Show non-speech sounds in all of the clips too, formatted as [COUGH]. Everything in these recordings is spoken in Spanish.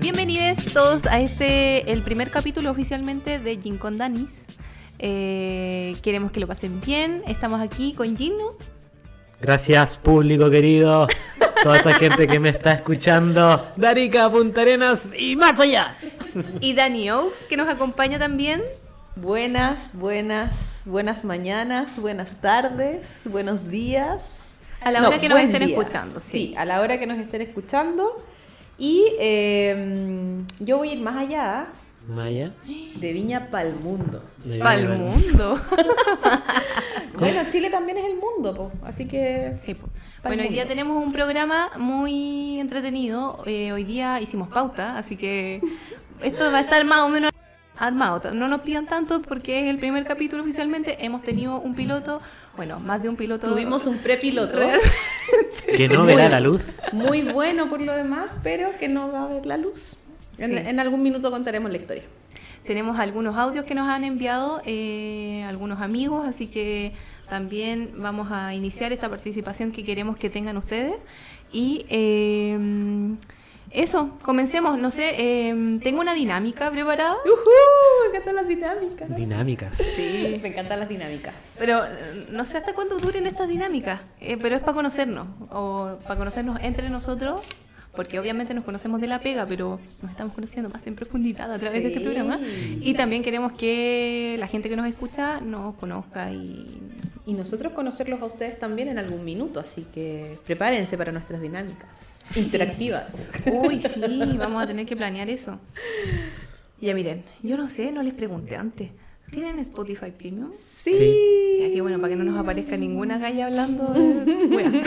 Bienvenidos todos a este, el primer capítulo oficialmente de Gin con Danis. Eh, queremos que lo pasen bien. Estamos aquí con Gino. Gracias, público querido. Toda esa gente que me está escuchando. Darica, Punta Arenas y más allá. Y Dani Oaks, que nos acompaña también. Buenas, buenas, buenas mañanas, buenas tardes, buenos días. A la No, hora que nos buen estén día. escuchando, sí. a la hora que nos estén escuchando. Y eh, yo voy a ir más allá Maya. de Viña para [LAUGHS] el mundo. de Para el Viña del Mar. [LAUGHS] mundo. Bueno, Chile también es el mundo, po, así que Sí, po. Pa'l Bueno, hoy día mundo. tenemos un programa muy entretenido. Eh, hoy día hicimos pauta, así que esto va a estar más o menos armado. No nos pidan tanto porque es el primer capítulo oficialmente. Hemos tenido un piloto, bueno, más de un piloto. tuvimos un prepiloto Que [LAUGHS] no verá la luz. [LAUGHS] muy bueno por lo demás, pero que no va a ver la luz. En, Sí. en algún minuto contaremos la historia. Tenemos algunos audios que nos han enviado eh, algunos amigos, así que también vamos a iniciar esta participación que queremos que tengan ustedes. Y eh, eso, comencemos. No sé, eh, tengo una dinámica preparada, Uh-huh. ¡Yujú! Me encantan las dinámicas. Dinámicas. Sí, me encantan las dinámicas. pero eh, no sé hasta cuándo duren estas dinámicas, eh, pero es para conocernos, o para conocernos entre nosotros. Porque obviamente nos conocemos de la pega, pero nos estamos conociendo más en profundidad a través de este Sí. programa. Y también queremos que la gente que nos escucha nos conozca y Y nosotros conocerlos a ustedes también en algún minuto, así que prepárense para nuestras dinámicas interactivas. Uy, sí, vamos a tener que planear eso. Ya miren, yo no sé, no les pregunté antes. ¿Tienen Spotify Premium? Sí. Sí. Ya que bueno, para que no nos aparezca ninguna galla hablando de... Bueno,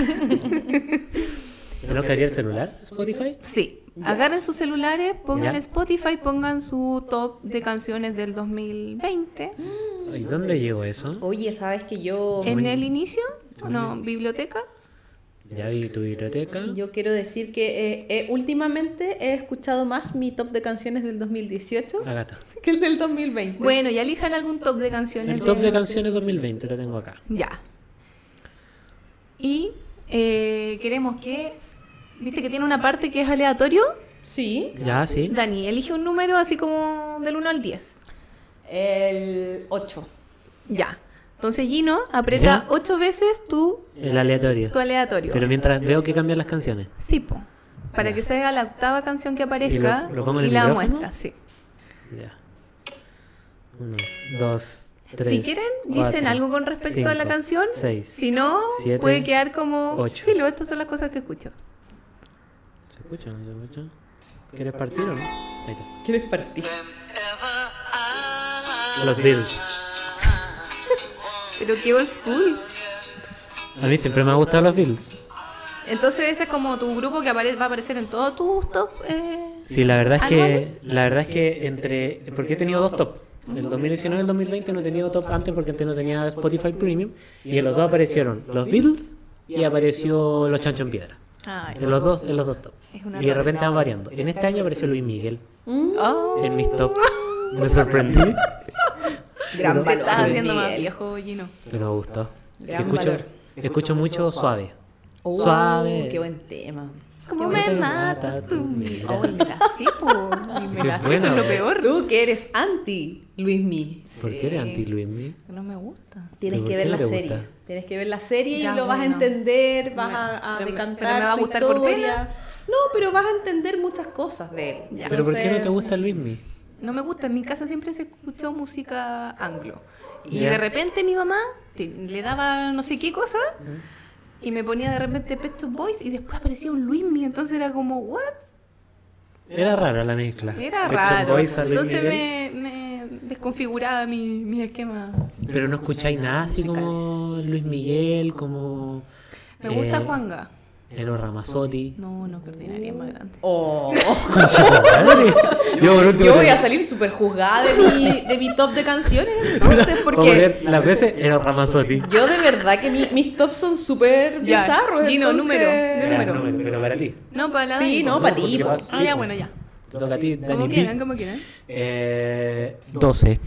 ¿No quería el celular? ¿Spotify? sí, agarren sus celulares, pongan Ya. Spotify, pongan su top de canciones del 2020. ¿Y dónde llegó eso? Oye, ¿sabes que Oh, yo, En el inicio, no, biblioteca. Ya vi tu biblioteca. yo quiero decir que eh, eh, últimamente he escuchado más mi top de canciones del 2018 Acá está. que el del 2020? Bueno, ya elijan algún top de canciones. El top de del- canciones 2020 lo tengo acá. Ya. Y eh, queremos que... ¿Viste que tiene una parte que es aleatorio? Sí. Ya, sí. Dani, elige un número así como del 1 al 10. El 8. Ya. Entonces Gino aprieta Ya. 8 veces tu, El aleatorio. tu aleatorio. Pero mientras veo que cambian las canciones. Sí, po. Para que sea la octava canción que aparezca Ah, ¿Y lo- lo pongo en y el la micrófono? muestra, sí. Ya. Uno, dos, tres. si quieren, dicen cuatro, algo con respecto a la cinco, canción. Seis. si no, siete, puede quedar como... ocho. Filo, estas son las cosas que escucho. ¿Se escucha o no se escucha? ¿Quieres partir o no? Ahí está. ¿Quieres partir? Los Beatles. Pero qué old school. A mí siempre me han gustado los Beatles. Entonces ese es como tu grupo que apare- va a aparecer en todos tus top... eh, Sí, la verdad es que ¿Anuales? la verdad es que entre porque he tenido dos top. El 2019 y el 2020 no he tenido top antes porque antes no tenía Spotify Premium y en los dos aparecieron los Beatles y apareció los Chancho en Piedra. Ay, En los dos, en los dos top. Es una Y de repente van variando. En este año apareció Luis Miguel oh, en mis [LAUGHS] top. Me sorprendí. te Gran valor. estás Luis haciendo más Miguel. viejo, Gino. Pero me gustó. Gran escucho, valor. escucho mucho suave. Oh, suave. Qué buen tema. Como Yo me te mata mata tu tu mirada. mirada. Ay, me la sé, [LAUGHS] po. Ay, Me Sí, eh. la sé, eso buena, es lo ¿verdad? peor. Tú que eres anti Luis Mi. ¿Por qué eres anti Luis Miguel? No me gusta. Tienes ¿Pero que por ver qué la no te serie. gusta? Tienes que ver la serie Ya, y lo vas a bueno. entender, vas Me- a, a pero me- decantar pero me va a su gustar por historia. pena. No, pero vas a entender muchas cosas de él. Ya. ¿Pero por qué no Entonces, te gusta Luis Miguel? No me gusta. En mi casa siempre se escuchó música anglo. Y Ya. de repente mi mamá te- le daba no sé qué cosa y me ponía de repente Pet Shop Boys y después aparecía un Luismi. Entonces era como, ¿what? Era rara la mezcla. Era Pet Shop raro. Boys a Luis Entonces Miguel. me, me desconfiguraba mi, mi esquema. Pero no escucháis nada así como Luis Miguel, como. Me gusta eh, Juanga. Ero Ramazzotti. No, no, que ordinaria es uh. más grande. [LAUGHS] Oh, Concha [LAUGHS] tu madre. Yo por último. yo voy te- a salir súper juzgada de mi, de mi top [LAUGHS] de canciones, entonces, Voy a poner porque las veces Ero Ramazzotti. yo de verdad que mi- mis tops son súper Ya, bizarros. Gino, entonces- número, Ya, número. no, pero para ti. No, para la Sí, Dani, no, po. para porque ti. vas- Ah, ya, bueno, ya. Te toca a ti, Dani. Como P. quieran, como quieran. Eh, 12.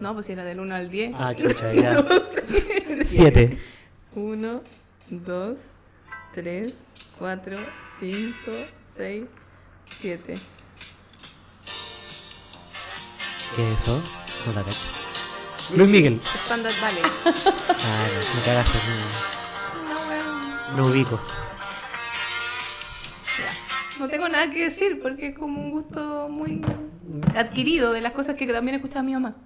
No, pues si era del 1 al 10. [LAUGHS] Ah, chucha, ya. 7. 1, 2, 3, 4, 5, 6, 7, ¿Qué es eso? No la cacho. Luis Miguel. Standard Ballet. Ah, no, me cagaste. [LAUGHS] No, weón. No, no ubico. No tengo nada que decir porque es como un gusto muy adquirido de las cosas que también escuchaba mi mamá.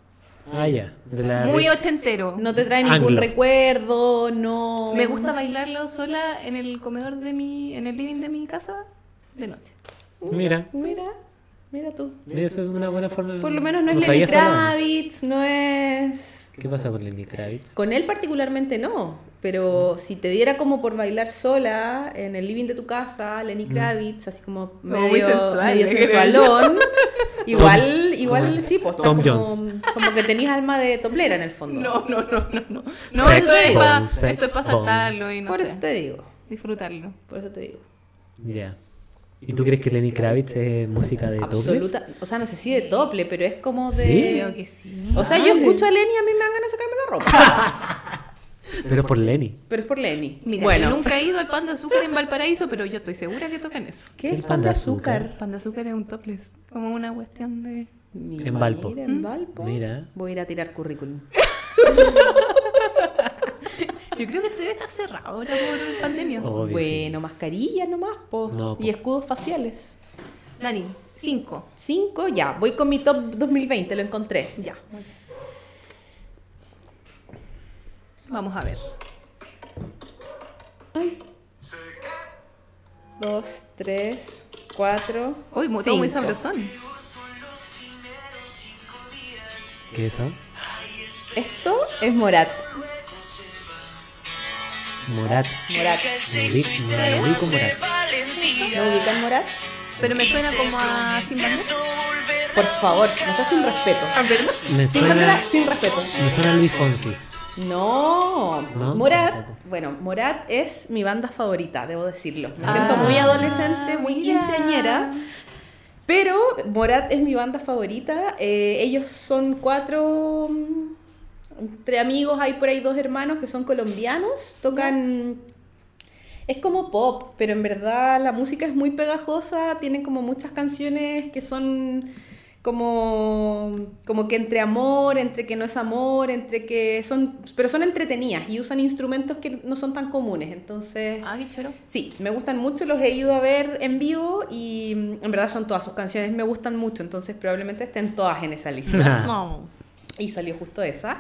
Ah, ya. De la- Muy de- ochentero. No te trae ningún Anglo. recuerdo, no. Me gusta bailarlo sola en el comedor de mi, en el living de mi casa de noche. Mira. Mira, mira tú. Esa es una buena forma. Por lo menos no es Lenny sabía esa nada. Kravitz, no es. ¿Qué pasa con Lenny Kravitz? Con él particularmente no, pero Mm. si te diera como por bailar sola en el living de tu casa, Lenny Mm. Kravitz, así como medio, Oh, muy sensual, medio creo. sensualón, [LAUGHS] igual, Tom- igual ¿cómo? sí, pues Tom estás Jones. como, como que tenías alma de toplera en el fondo. No, no, no, no, no. No, Sex esto es bomb, para sex bomb. saltarlo y no por sé, eso te digo, disfrutarlo. por eso te digo. Ya. ¿Y tú crees que Lenny Kravitz es música de dobles? Absoluta, o sea, no sé si de tople, pero es como de... Sí. Creo que sí. O sea, yo escucho a Lenny y a mí me dan ganas de sacarme la [LAUGHS] ropa, Pero por Lenny. pero es por Lenny. Mira, bueno, nunca he ido al pan de azúcar en Valparaíso, pero yo estoy segura que tocan eso. ¿qué ¿Qué es es pan de pan de azúcar? azúcar? Pan de azúcar es un topless, como una cuestión de... Mira, Valpo. Mm. en Valpo. Mira. Voy a ir a tirar currículum. Yo creo que este debe estar cerrado ahora por pandemia. Oh. Obvio. sí. Bueno, mascarillas nomás, po. No, po. Y escudos faciales. Dani, cinco. Cinco, ya. Voy con mi top 2020, lo encontré. Ya. Vamos a ver. Dos, tres, cuatro. Uy, muy, todo cinco. muy sabrosón. ¿Qué es eso? Esto es Morat. Morat. Morat. No ubico, no ubico Morat. ¿No ubican Morat? Pero me suena como a Sin Bandera. Por favor, no seas sin respeto. Ah, Me Sin bandera, suena, sin respeto. me suena Luis Fonsi. No. No, Morat, tampoco. bueno, Morat es mi banda favorita, debo decirlo. Me Ah, siento muy adolescente, muy mira. quinceañera. Pero Morat es mi banda favorita. Eh, ellos son cuatro, mm, entre amigos, hay por ahí dos hermanos que son colombianos, tocan... Es como pop, pero en verdad la música es muy pegajosa, tienen como muchas canciones que son como, como que entre amor, entre que no es amor, entre que son, pero son entretenidas y usan instrumentos que no son tan comunes, entonces... Ah, qué choro. Sí, me gustan mucho, los he ido a ver en vivo y mm, en verdad son todas sus canciones, me gustan mucho, entonces probablemente estén todas en esa lista. No. Y salió justo esa.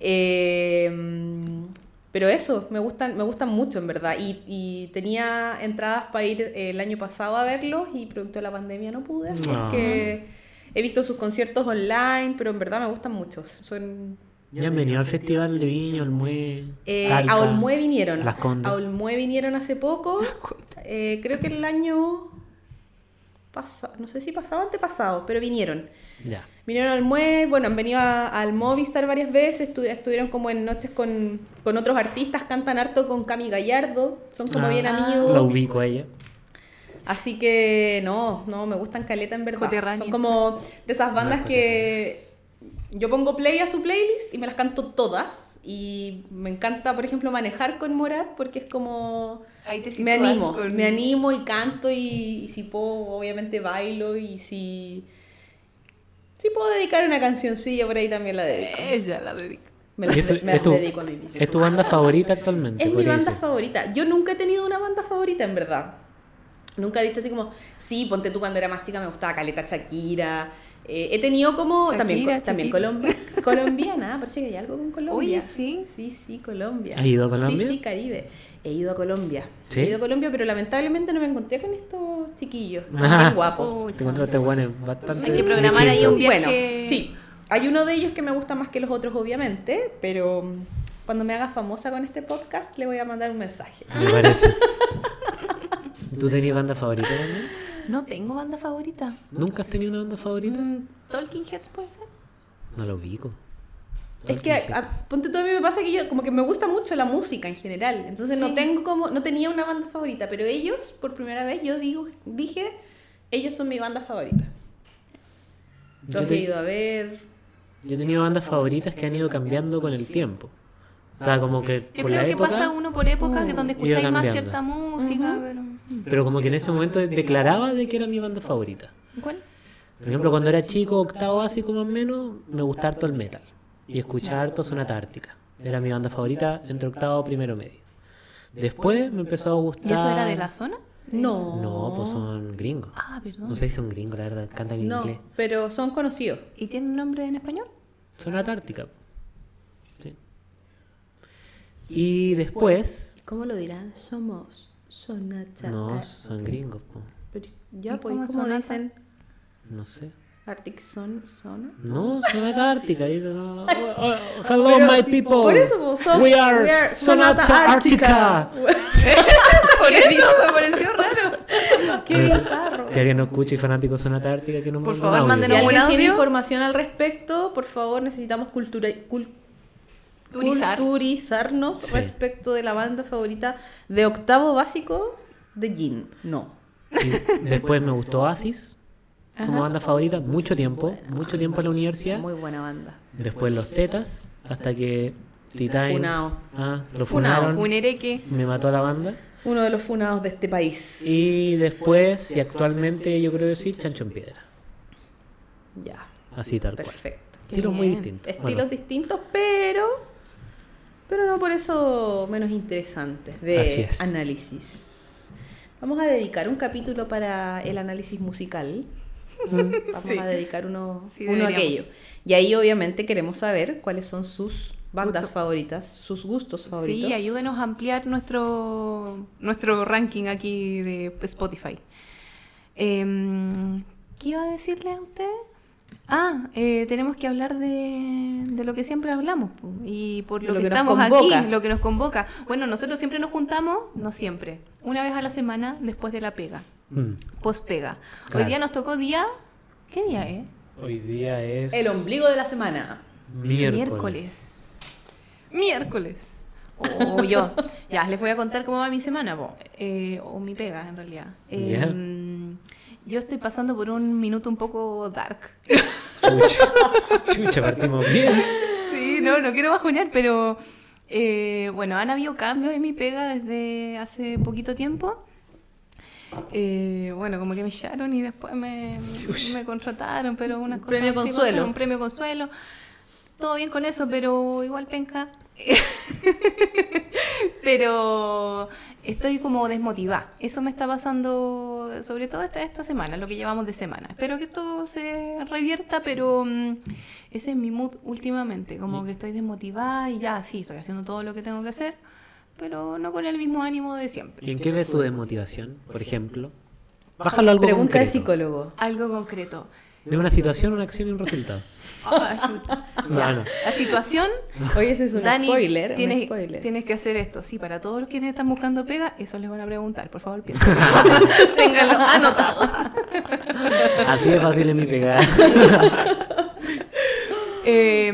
Eh, mm, pero eso, me gustan, me gustan mucho en verdad. Y, y tenía entradas para ir eh, el año pasado a verlos y producto de la pandemia no pude, así No. que he visto sus conciertos online, pero en verdad me gustan muchos. Son, [LAUGHS] Ya han venido al festival de Viña, Olmué. eh, Talca. a Olmué vinieron. Las Condes. A Olmué vinieron hace poco. Eh, creo que el año pasa, no sé si pasado o antepasado, pero vinieron. Ya. Vinieron al MUE, bueno, han venido a- al Movistar varias veces, estu- estuvieron como en noches con, con otros artistas, cantan harto con Cami Gallardo, son como Ah, bien La amigos. ubico a ella. Así que no, no, me gustan caleta en verdad. Coterránea. Son como de esas bandas No, que yo pongo play a su playlist y me las canto todas. Y me encanta, por ejemplo, manejar con Morat porque es como... Ahí te Me sitúas animo, con- me animo y canto y, y si puedo, obviamente bailo y si, si puedo dedicar una cancioncilla por ahí también la dedico. Ella la dedica. Me las, ¿Y es tu- me es las tu- dedico a mí misma. ¿Es tu banda favorita actualmente? Es mi podría banda decir? favorita. Yo nunca he tenido una banda favorita, en verdad. Nunca he dicho así como, sí, ponte tú cuando era más chica, me gustaba Caleta Shakira. Eh, he tenido como, también, Shakira, co- también Shakira. [LAUGHS] colom- colombiana, parece que hay algo con Colombia. Oye, sí. Sí, sí, Colombia. ¿Has ido a Colombia? Sí, sí, Caribe. He ido a Colombia. ¿Sí? He ido a Colombia, pero lamentablemente no me encontré con estos [LAUGHS] chiquillos. Ah. Tan guapos. Oh, Te encontraste guanes bastante. Hay que programar ahí un distintos. viaje. Bueno, sí. Hay uno de ellos que me gusta más que los otros, obviamente, pero mm, cuando me haga famosa con este podcast le voy a mandar un mensaje. [LAUGHS] [LAUGHS] Me parece. ¿Tú tenías banda favorita también? No tengo banda favorita. ¿Nunca has tenido una banda favorita? Mm, Talking Heads puede ser. No lo ubico. Es que, a- ponte tú, a mí me pasa que yo, como que me gusta mucho la música en general, entonces no Sí. tengo como, no tenía una banda favorita, pero ellos, por primera vez, yo digo, dije, ellos son mi banda favorita. Yo Los te- he ido a ver. Yo he tenido bandas favoritas que han ido cambiando con el tiempo. O sea, como que Yo por creo la que época. uh, pasa uno por épocas que donde iba escucháis más cambiando. cierta música. pero- Pero como que en ese momento declaraba de que era mi banda favorita. ¿Cuál? Por ejemplo, cuando era chico, octavo básico más o menos, me gustaba harto el metal. Y escuchaba harto Sonata Ártica. Era mi banda favorita entre octavo primero medio. Después me empezó a gustar... ¿Y eso era de la zona? No. No, pues son gringos. Ah, perdón. No sé si son gringos, la verdad. Cantan en No, inglés. pero son conocidos. ¿Y tiene un nombre en español? Sonata Ártica. Sí. Y después... ¿Cómo lo dirán? Somos Sonata. No, Ar- son gringos, po. pero ya, ¿Y pues, cómo ¿cómo, sonata? dicen? No sé. Arctic Son, Sona. No, Sonata Ártica. dice, no. Oh, oh, hello, Pero- my people. Por eso, pues, son- we are, Sonata, [LAUGHS] Ártica. [LAUGHS] por eso, pareció raro. Qué Pero si- bizarro. Pues, Si alguien no escucha y fanático de Sonata Ártica, que nos Por mande favor, un audio. Si mándenos alguien ¿Un tiene audio? información al respecto, por favor, necesitamos cultura, cul- Turizar. culturizarnos Sí. respecto de la banda favorita de octavo básico de Jin. No. Y después me gustó Oasis como banda favorita, mucho tiempo, mucho tiempo en la universidad. Muy buena banda. Después Los Tetas, hasta que T-Time Funao. ah, lo Funao, funaron, Funereque. me mató la banda. Uno de los funados de este país. Y después, y actualmente yo creo que sí, Chancho en Piedra. Ya, Así tal cual. perfecto. Qué Estilos muy bien. distintos. Estilos Bueno, distintos, pero. Pero no por eso menos interesantes Así de es. análisis. Vamos a dedicar un capítulo para el análisis [LAUGHS] musical. Vamos Sí. a dedicar uno, Sí, uno a deberíamos. aquello. Y ahí obviamente queremos saber cuáles son sus bandas Gusto. favoritas, sus gustos favoritos. Sí, ayúdenos a ampliar nuestro, nuestro ranking aquí de Spotify. Em, ¿Qué iba a decirles a ustedes? Ah, eh, tenemos que hablar de, de lo que siempre hablamos po, y por lo, Lo que, que nos estamos convoca. aquí, lo que nos convoca. Bueno, nosotros siempre nos juntamos, no siempre, una vez a la semana después de la pega, mm. post pega. Hoy Claro. día nos tocó día, ¿qué día es? Hoy día es El ombligo de la semana. miércoles. Miércoles. Miércoles. O yo. Ya, les voy a contar cómo va mi semana, po. Eh, o mi pega, en realidad. Eh, Ya. mm, Yo estoy pasando por un minuto un poco dark. Chucha. [LAUGHS] Chucha, partimos bien. Sí, no, no quiero bajonear, pero eh, bueno, han habido cambios en mi pega desde hace poquito tiempo. Eh, bueno, como que me echaron y después me, me contrataron, pero unas Un cosas premio así, consuelo. como Un premio consuelo. Todo bien con eso, pero igual penca. pero estoy como desmotivada. Eso me está pasando, sobre todo esta, esta semana, lo que llevamos de semana. Espero que esto se revierta, pero mm, ese es mi mood últimamente. Como que estoy desmotivada y ya, sí, estoy haciendo todo lo que tengo que hacer, pero no con el mismo ánimo de siempre. ¿Y en qué ves tu desmotivación, por ejemplo? Bájalo a algo Pregunta de concreto. psicólogo. Algo concreto. De una situación, una acción y un resultado. Ah, shoot. No, no. La situación, Oye, ese [LAUGHS] es un Dani, spoiler. un tienes, spoiler. tienes que hacer esto. Sí, para todos los quienes están buscando pega, eso les van a preguntar. Por favor, [LAUGHS] piensen. [LAUGHS] Ténganlo anotado. Así de fácil es mi pegada. Eh,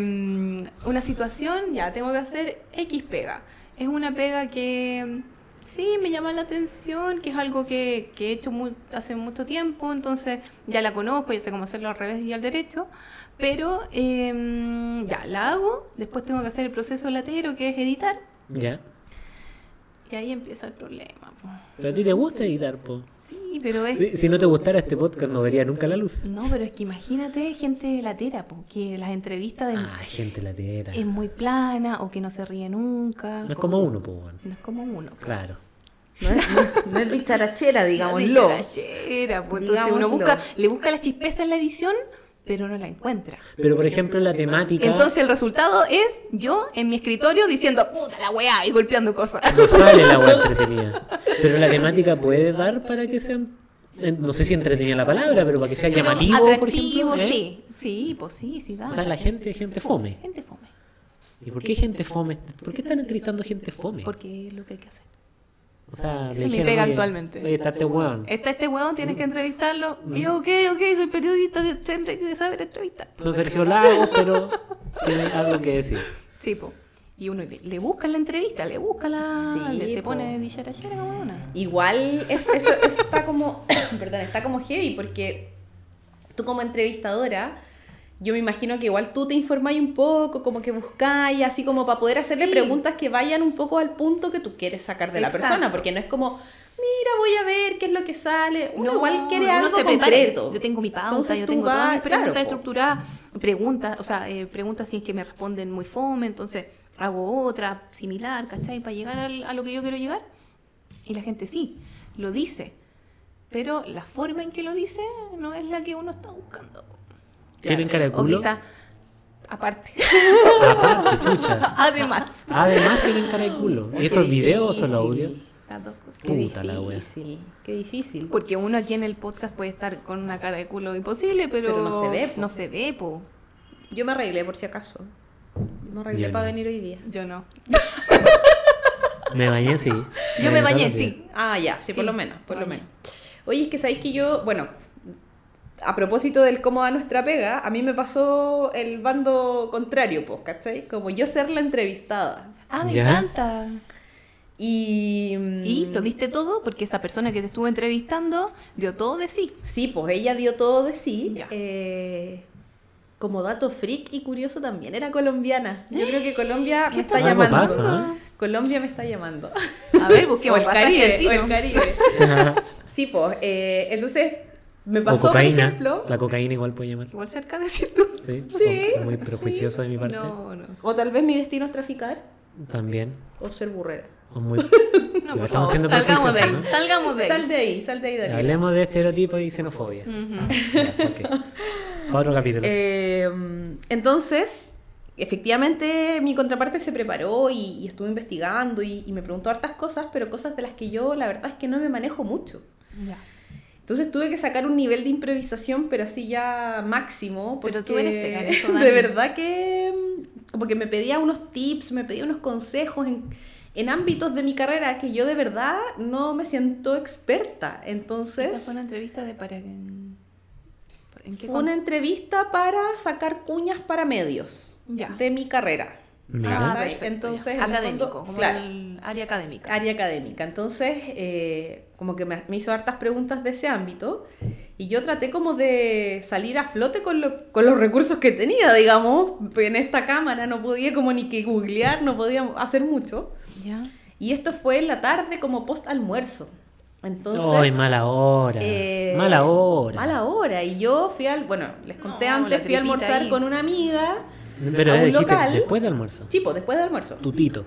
una situación, ya, tengo que hacer X pega. Es una pega que mm, sí me llama la atención, que es algo que, que he hecho mu- hace mucho tiempo, entonces ya la conozco, ya sé cómo hacerlo al revés y al derecho, pero eh, ya la hago, después tengo que hacer el proceso latero, que es editar, ¿Ya? y ahí empieza el problema. po. Pero a ti te gusta editar, po. Sí, pero es... Si, si no te gustara este podcast, no vería nunca la luz. No, pero es que imagínate gente latera, porque las entrevistas de- Ah, gente latera. es muy plana o que no se ríe nunca. No es como uno, po, bueno. No es como uno. pues. Claro. No es, no, no [LAUGHS] es bicharachera, digámoslo. La dicharachera, pues, entonces uno Digámoslo. busca, le busca la chispeza en la edición, pero no la encuentra. Pero, por ejemplo, la temática... Entonces el resultado es yo en mi escritorio diciendo puta la weá y golpeando cosas. No sale la agua entretenida. Pero la temática puede dar para que sean... eh, No sé si entretenida la palabra, pero para que sea Pero llamativo, por ejemplo. ¿eh? sí. Sí, pues sí, sí da. O sea, la gente, gente fome. Gente fome. ¿Y por qué gente fome? ¿Por qué están entrevistando gente fome? Porque es lo que hay que hacer. O Esa sea, le es mi dijeron, pega "Oye, actualmente". Oye, está este weón. Está este weón, tienes Mm. que entrevistarlo. Y yo, ok, ok, soy periodista, tendré que saber entrevistar. No Sergio Lago, pero tiene algo que decir. Sí, pues. Y uno le, le busca la entrevista, le busca la... Sí, le se po. pone dicharachera como una. Igual es- eso, eso [COUGHS] está como, perdón, está como heavy porque tú como entrevistadora Yo me imagino que igual tú te informáis un poco, como que buscáis, así como para poder hacerle Sí. preguntas que vayan un poco al punto que tú quieres sacar de la Exacto. persona, porque no es como, mira, voy a ver qué es lo que sale. Uno igual quiere uno algo se prepara, concreto. Yo, yo tengo mi pauta, Entonces yo tú tengo todas vas- mis preguntas claro, po. estructuradas, preguntas, o sea, eh, preguntas sin que me responden muy fome, entonces hago otra similar, ¿cachai? Para llegar al- a lo que yo quiero llegar. Y la gente sí, lo dice, pero la forma en que lo dice no es la que uno está buscando. Tienen cara de O culo. quizá, [LAUGHS] aparte, Aparte, chuchas. además. Además tienen cara de culo. ¿Y estos Qué videos son los difícil. audios? Las dos cosas. Qué Puta la wea. difícil, qué difícil. Porque uno aquí en el podcast puede estar con una cara de culo imposible, pero, Pero no se ve, po. No se ve, po. Yo me arreglé por si acaso. Yo me arreglé Yo para no. venir hoy día. Yo no. Me bañé, sí. Yo Eh, me bañé, todos los días. sí. Ah, ya, sí, por Sí, lo menos, por lo vaya. menos. Oye, es que sabéis que yo, bueno, a propósito del cómo da nuestra pega, a mí me pasó el bando contrario, pues, ¿cachai? Como yo ser la entrevistada. Ah, me ¿Ya? encanta. Y. mm, Y lo diste todo porque esa persona que te estuvo entrevistando dio todo de [LAUGHS] sí. Sí, pues ella dio todo de sí. Ya. Eh, como dato freak y curioso también era colombiana. Yo creo [GASPS] que Colombia me está está llamando. pasando? pasa, Colombia me está llamando. A ver, O busquemos el Caribe, al tiro. o el Caribe. [LAUGHS] Sí, pues. eh, entonces, me O pasó, por cocaína. ejemplo. La cocaína igual puede llamar. Igual cerca de decir tú. Sí. Sí. Son Muy prejuicioso de mi parte. No, no. O tal vez mi destino es traficar También. o ser burrera. O [LAUGHS] muy... No, Igual por estamos favor. siendo Salgamos de ahí. prejuiciosos, Salgamos de Sal ahí. de ahí, sal de ahí, Daniela. Hablemos de estereotipos y xenofobia. Ujú. Ya, ok. Para otro capítulo. Eh, entonces, efectivamente, mi contraparte se preparó y, y estuvo investigando y, y me preguntó hartas cosas, pero cosas de las que yo, la verdad, es que no me manejo mucho. Ya. Entonces tuve que sacar un nivel de improvisación, pero así ya máximo. Pero tú porque eres seca en [LAUGHS] eso, Dani. De verdad que mm, como que me pedía unos tips, me pedía unos consejos en, en ámbitos de mi carrera que yo de verdad no me siento experta. Esta Entonces fue una entrevista de para que... ¿En qué fue una con- entrevista para sacar cuñas para medios Ya. de mi carrera. Ah, Mira. ¿Cachai? perfecto, Entonces, ya. en el académico, fondo, como claro. el área académica. área académica. Entonces, eh, como que me, me hizo hartas preguntas de ese ámbito y yo traté como de salir a flote con, lo- con los recursos que tenía, digamos, en esta cámara, no podía como ni que googlear, no podía hacer mucho. Ya. Y esto fue en la tarde como post almuerzo. Entonces... Ay, mala hora. eh, mala hora. Mala hora. Y yo fui al... Bueno, les conté No, antes, la fui a tripita almorzar ahí. con una amiga. Pero a ya un dijiste, local. después del almuerzo. Tipo, después del almuerzo. Tutito.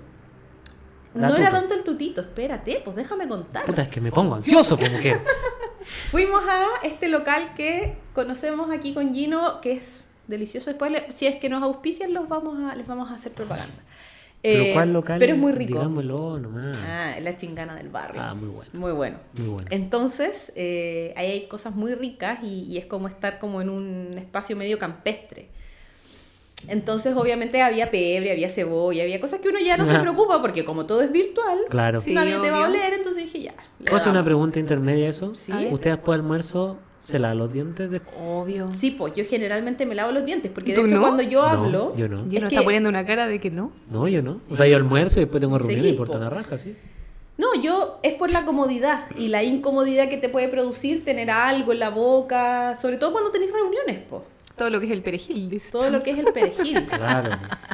La No era tuta. tanto el tutito, espérate, pues déjame contar. Puta, es que me pongo ansioso como que. Fuimos a este local que conocemos aquí con Gino, que es delicioso. Después, le- si es que nos auspician, los vamos a, les vamos a hacer propaganda. [LAUGHS] Eh, Lo cual local. Pero es muy rico. Digámoslo nomás. Ah, la chingana del barrio. Ah, muy bueno. Muy bueno. Muy bueno. Entonces, eh, ahí hay cosas muy ricas y, y es como estar como en un espacio medio campestre. Entonces, obviamente, había pebre, había cebolla, había cosas que uno ya no [LAUGHS] se Ajá. preocupa porque como todo es virtual, Claro. Sí, nadie te va a obvio. oler. Entonces dije, ya. le ¿Puedo hacer damos. una pregunta intermedia a eso? Sí. ¿Ustedes después del almuerzo se lavan los dientes? De... Obvio. Sí, pues yo generalmente me lavo los dientes, porque de ¿Tú hecho no? cuando yo No, hablo. yo no. Y uno es está que- poniendo una cara de que no. No, yo no. O sea, yo almuerzo y después tengo Seguí, reunión y porto po. una raja, ¿sí? No, yo es por la comodidad y la incomodidad que te puede producir tener algo en la boca, sobre todo cuando tenés reuniones, po. Todo lo que es el perejil, dices Todo tú. lo que [LAUGHS] es el perejil. [LAUGHS] Claro.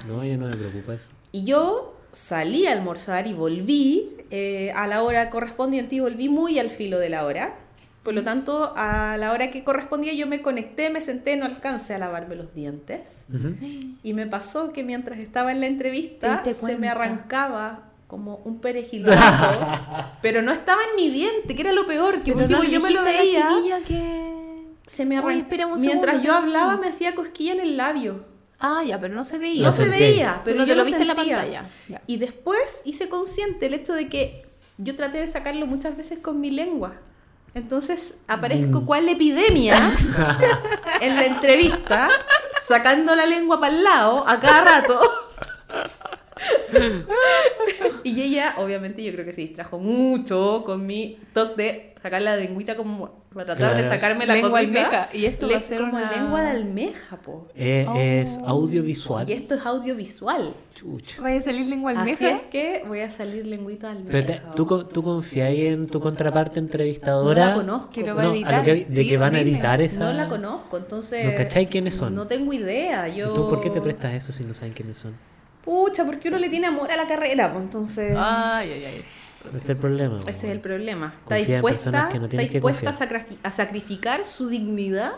No, yo no me preocupa eso. Y yo salí a almorzar y volví eh, a la hora correspondiente y volví muy al filo de la hora. Por Mm. lo tanto, a la hora que correspondía yo me conecté, me senté, no alcancé a lavarme los dientes. Ujú. Y me pasó que mientras estaba en la entrevista Te diste se me cuenta. arrancaba como un perejilazo, [LAUGHS] pero no estaba en mi diente, que era lo peor, que por último yo me lo veía, que... se me Oye, arrancaba. espera un Mientras segundo, yo que- hablaba me hacía cosquilla en el labio. Ah, ya, pero no se veía. Lo No se sentí. veía, pero Pero yo te lo, lo viste en la sentía. pantalla. Ya. Y después hice consciente el hecho de que yo traté de sacarlo muchas veces con mi lengua. Entonces aparezco Mm. cual epidemia [LAUGHS] en la entrevista, sacando la lengua para el lado a cada rato. y ella, obviamente, yo creo que se distrajo mucho con mi toque de sacar la lengüita como para tratar de Claro. sacarme la Lengua cosita. almeja, y esto Le- va a ser como una- lengua de almeja, po. Eh, Es Oh. audiovisual. Y esto es audiovisual. Chucha. Vaya a salir lengua al mes. Así es que voy a salir lengüita de almeja. Pero te- ¿tú, co- ¿Tú confiáis en tu contraparte no entrevistadora? la conozco. que lo No, va a a lo editar. que- de que van a Dime. editar esa. No la conozco, entonces. ¿No cachai quiénes son? No tengo idea. ¿Y Yo... ¿Tú por qué te prestas eso si no saben quiénes son? Pucha, porque uno le tiene amor a la carrera, pues entonces. Ay, ay, ay. Ese es el problema. po. Ese es el problema. Está Confía en dispuesta, personas que no está tienes que dispuesta a, sacri- a sacrificar su dignidad,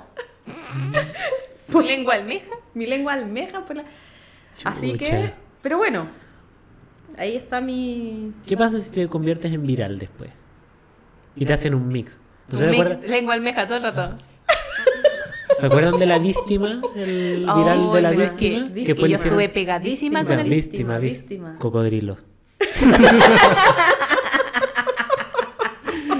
Mm. [LAUGHS] Pues, Su lengua almeja. mi lengua almeja. por la- Así que, Chucha. pero bueno, ahí está mi. ¿Qué pasa si te conviertes en viral después? Y te hacen un mix. ¿No se Un mix, acuerdan, Lengua almeja todo el rato. ¿Se acuerdan de la víctima? [LAUGHS] El Ay, viral de la pero es que- víctima. es fue que yo el- estuve pegadísima con Ya, el víctima, víctima. Cocodrilo.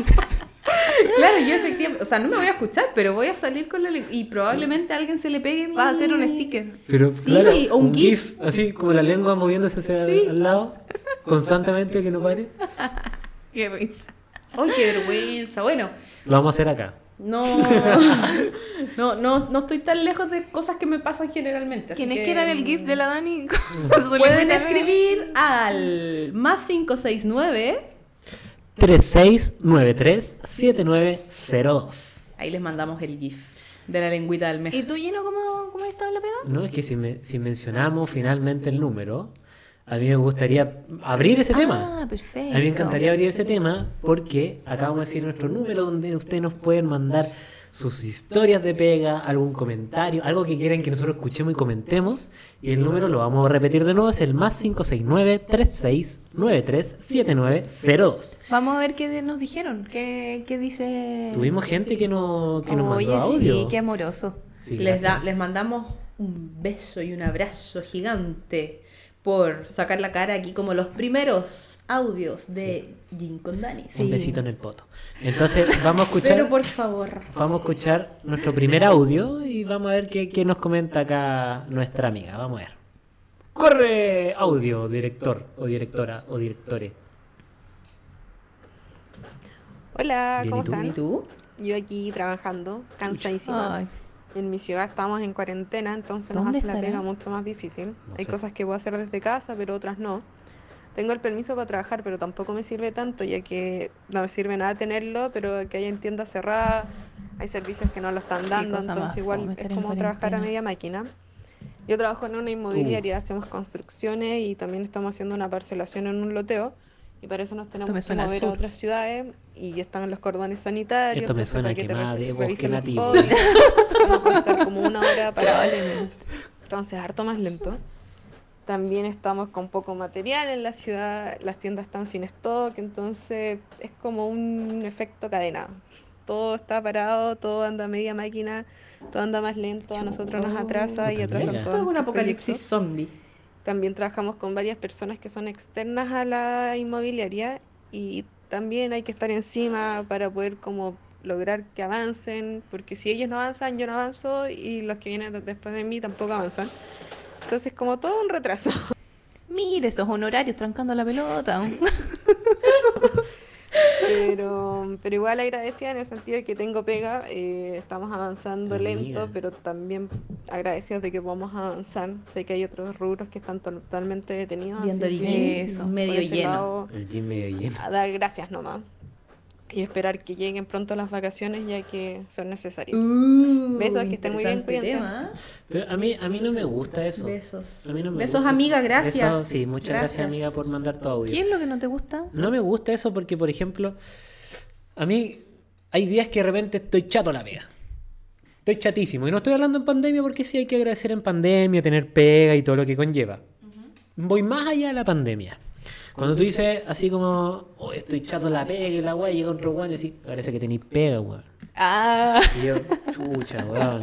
Claro, yo efectivamente, o sea, no me voy a escuchar, pero voy a salir con la lengua y probablemente a alguien se le pegue mi. Vas a hacer un sticker. Pero Sí, claro, y- o un un gif. Así como la lengua moviéndose hacia Sí. al lado, constantemente que no pare. Qué risa. ¡Ay, qué vergüenza! Bueno, Lo vamos a hacer acá. no, [LAUGHS] no, no, no estoy tan lejos de cosas que me pasan generalmente. así ¿Quiénes que eran el GIF de la Dani? con [LAUGHS] su Pueden lengüita escribir al más 569. 3693-7902. Ahí les mandamos el GIF de la lengüita del almeja. mes. ¿Y tú, Gino, cómo, cómo estaba la pega? No, es que si, me- si mencionamos finalmente el número, a mí me gustaría abrir ese tema. Ah, perfecto. A mí me encantaría abrir ese tema porque acabamos de decir nuestro número donde ustedes nos pueden mandar sus historias de pega, algún comentario, algo que quieran que nosotros escuchemos y comentemos. Y el número lo vamos a repetir de nuevo, es el más 569-3693-7902. Vamos a ver qué de- nos dijeron. ¿Qué, qué dice? Tuvimos gente que, no, que nos Eh, Oye, mandó audio. sí, qué amoroso. Sí, les, da- gracias. les mandamos un beso y un abrazo gigante por sacar la cara aquí como los primeros audios de Jin con Dani. Un besito en el poto. Entonces, [LAUGHS] vamos a escuchar... Pero por favor. Vamos a escuchar nuestro primer audio y vamos a ver qué, qué nos comenta acá nuestra amiga. Vamos a ver. Corre audio, director o directora o directore. Hola, Bien, ¿cómo ¿y tú? están? ¿Y tú? Yo aquí trabajando, cansadísima. Ay, En mi ciudad estamos en cuarentena, entonces nos ¿Dónde hace la estará? pega mucho más difícil. No Hay sé. cosas que puedo hacer desde casa, pero otras no. Tengo el permiso para trabajar, pero tampoco me sirve tanto, ya que no me sirve nada tenerlo, pero que hay en tiendas cerradas, hay servicios que no lo están dando, cosa entonces más fome igual estar es en como trabajar a cuarentena. media máquina. Yo trabajo en una Uh. inmobiliaria, hacemos construcciones y también estamos haciendo una parcelación en un loteo. Y para eso nos tenemos que suena al mover a sur. otras ciudades y están los cordones sanitarios. Esto me entonces, suena para a que te quemada re- de bosque revisen los nativo. códigos. [LAUGHS] Tengo que estar como una hora para Entonces, harto más lento. También estamos con poco material en la ciudad, las tiendas están sin stock, entonces es como un efecto cadena. Todo está parado, todo anda a media máquina, todo anda más lento, a nosotros nos atrasa y Puta atrasan mierda. todo. Esto es un apocalipsis zombie. También trabajamos con varias personas que son externas a la inmobiliaria y también hay que estar encima para poder como lograr que avancen, porque si ellos no avanzan, yo no avanzo y los que vienen después de mí tampoco avanzan. Entonces, como todo un retraso. [LAUGHS] Mire, esos honorarios trancando la pelota. Pero, pero igual agradecida en el sentido de que tengo pega, eh, estamos avanzando Amiga. lento, pero también agradecidos de que podamos avanzar. Sé que hay otros rubros que están totalmente detenidos, Viendo así el que gym eso, por por medio ese lleno. lado, El gym medio lleno. a dar gracias nomás y esperar que lleguen pronto las vacaciones ya que son necesarias. Uh, Besos, que estén muy bien, interesante cuídense. tema. ¿eh? Pero a mí, a mí no me gusta eso. Besos. A mí no me Besos, gusta eso. amiga, gracias. Eso, sí, muchas gracias. amiga, por mandar tu audio. ¿Qué es lo que no te gusta? No me gusta eso porque, por ejemplo, a mí hay días que de repente estoy chato a la pega. Estoy chatísimo. Y no estoy hablando en pandemia porque sí hay que agradecer en pandemia, tener pega y todo lo que conlleva. Voy más allá de la pandemia. Cuando tú dices así como, oh, estoy chato a la pega y la weá, llega otro weón y decís, parece que tenéis pega, weón. Ah, Y yo, chucha, [LAUGHS] weón.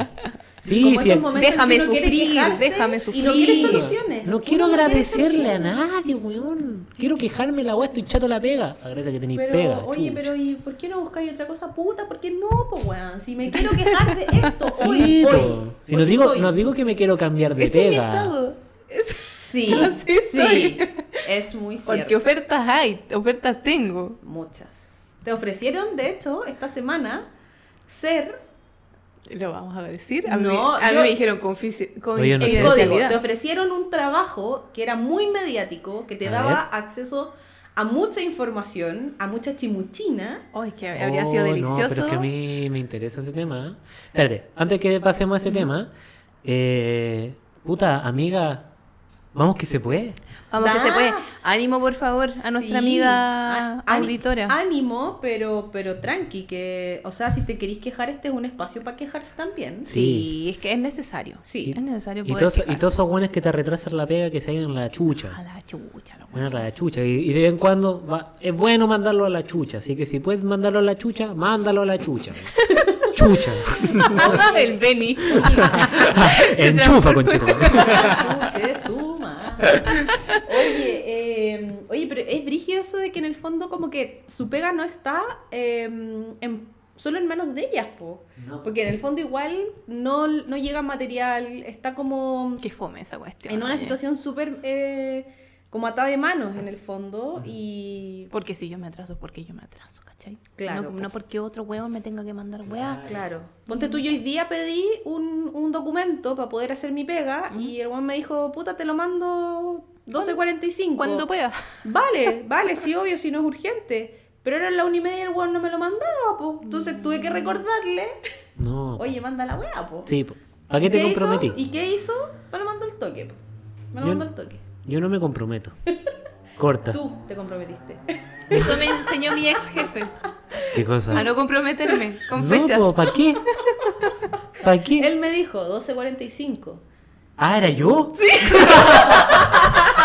Sí, Como sí. esos momentos en que Déjame uno quiere sufrir, quejarse déjame Y no quiere sufrir. soluciones. No Uno quiero quiere agradecerle a soluciones. nadie, weón. Quiero quejarme la weá, estoy chato a la pega. Agradece que tenéis Pero, pega. oye, chucha. pero ¿y por qué no buscáis otra cosa? Puta, ¿por qué no, po, weón? Si me quiero quejar de esto, Sí, hoy, po. hoy, Si no hoy digo, soy. no digo que me quiero cambiar de ese es mi [LAUGHS] pega. estado. Sí, Así sí. soy. Es muy cierto. Porque ofertas hay, ofertas tengo. Muchas. Te ofrecieron, de hecho, esta semana ser Lo vamos a decir. A mí, No, a mí yo- me dijeron confici- Oye, no sé. el código. confidencialidad. Te ofrecieron un trabajo que era muy mediático, que te A daba ver. acceso a mucha información, a mucha chimuchina. Oh, es que habría sido Oh, no, delicioso. pero es que a mí me interesa ese tema. Espérate, antes que pasemos a ese tema, eh, puta, amiga, vamos que se puede. Vamos que Da. se puede. Ánimo, por favor, a nuestra Sí. amiga A- ani- auditora. Ánimo, pero, pero tranqui, que, o sea, si te querís quejar, este es un espacio para quejarse también. [LAUGHS] sí. Sí. es que es necesario. Sí. Es necesario Y poder todos, y quejarse. todos esos buenos que te retrasan la pega que se hagan a la A chucha. la chucha, lo Bueno, a la chucha. Y, y de vez en cuando va- es bueno mandarlo a la chucha. Así que si puedes mandarlo a la chucha, mándalo a [LAUGHS] la chucha. chucha. El [LAUGHS] Benny. Enchufa, [LAUGHS] conchito. Escuche, suma. Oye, eh, oye, pero es brígido eso de que en el fondo como que su pega no está eh, en- solo en manos de ellas, po. Porque en el fondo igual no, no llega material, está como Qué fome esa cuestión. en una oye. situación súper eh, como atada de manos en el fondo y... Porque si yo me atraso, es porque yo me atraso, ¿cachai? Claro, No, pues. no porque otro huevo me tenga que mandar hueá. Claro. Ponte tú, yo hoy día pedí un, un documento para poder hacer mi pega y el weón me dijo, puta, te lo mando 12.45. Cuando pueda. [LAUGHS] Vale, vale, sí, obvio, si no es urgente. Pero era la una y media y el weón no me lo mandaba, po. Entonces tuve que recordarle, Mm. No. oye, manda la weá, po. Sí, po. ¿para qué te hizo? comprometí? ¿Y qué hizo? Me lo mandó al toque, po. Me lo Yo- mandó al toque. Yo no me comprometo. Corta. Tú te comprometiste. [LAUGHS] Eso me enseñó mi ex jefe. ¿Qué cosa? A Ah, no comprometerme con No, fecha. po, ¿para qué? ¿Para qué? Él me dijo 12.45. Ah, ¿era yo? [LAUGHS]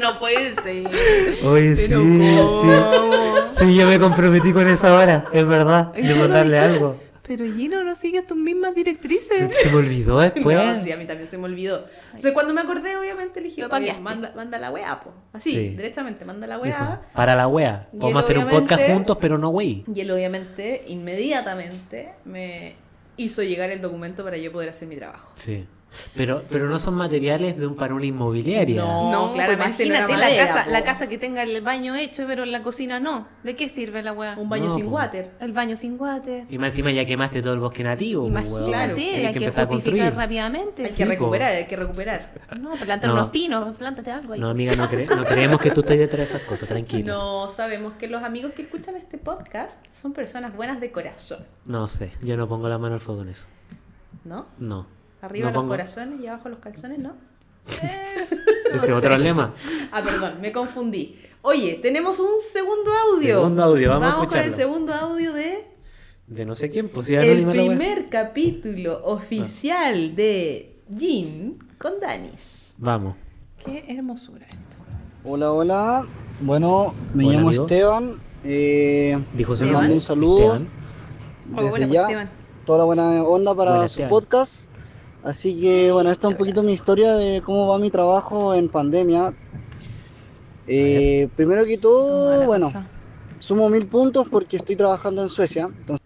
no puede ser. Oye, Pero [LAUGHS] sí. Sí, yo me comprometí con esa hora, es verdad, Ay, yo de no mandarle dije- algo. Pero Gino, no sigues tus mismas directrices. Se me olvidó [LAUGHS] No, después. sí, a mí también se me olvidó. Entonces cuando me acordé, obviamente le dije, Lo "Oye, papiaste". manda, manda la weá, po. Así, Sí. directamente, manda la Dijo, weá. para la wea. Y él Vamos a hacer un obviamente- podcast juntos, pero no wey. Y él obviamente, inmediatamente, me hizo llegar el documento para yo poder hacer mi trabajo. Sí. Pero, pero no son materiales de un para una inmobiliaria. No. No, claramente claramente no era imagínate madera, la, casa, po. la casa que tenga el baño hecho, pero la cocina no. ¿De qué sirve la weá? Un baño No, sin po. water. El baño sin water. Y más encima ya quemaste todo el bosque nativo. pues, Imagínate, weón. Tienes hay que, empezar a construir. justificar rápidamente. Hay Sí, que po. recuperar, hay que recuperar. No, plantar No. unos pinos, plántate algo ahí. No, amiga, no, cre- no creemos que tú estés detrás de esas cosas, tranquila. No, sabemos que los amigos que escuchan este podcast son personas buenas de corazón, No sé, yo no pongo la mano al fuego en eso. ¿no? No. Arriba No los pongo- corazones y abajo los calzones, ¿no? Ese es otro lema. Ah, perdón, me confundí. Oye, tenemos un segundo audio. Segundo audio, vamos a con el escucharlo. segundo audio de De no sé quién, pues si el anónima la wea. Ah. primer capítulo oficial de Jin con Danis. Vamos. Qué hermosura esto. Hola, hola. Bueno, me Hola, llamo amigo. Esteban. Eh, Dijo su les nombre. ¿Este mando un saludo. Esteban. Oh, desde bueno, pues, ya. Esteban. Toda la buena onda para Buena, su Esteban. podcast. Así que, bueno, esta es un poquito mi historia de cómo va mi trabajo en pandemia. Eh, primero que Toma todo, la bueno, cosa. sumo mil puntos porque estoy trabajando en Suecia. Entonces,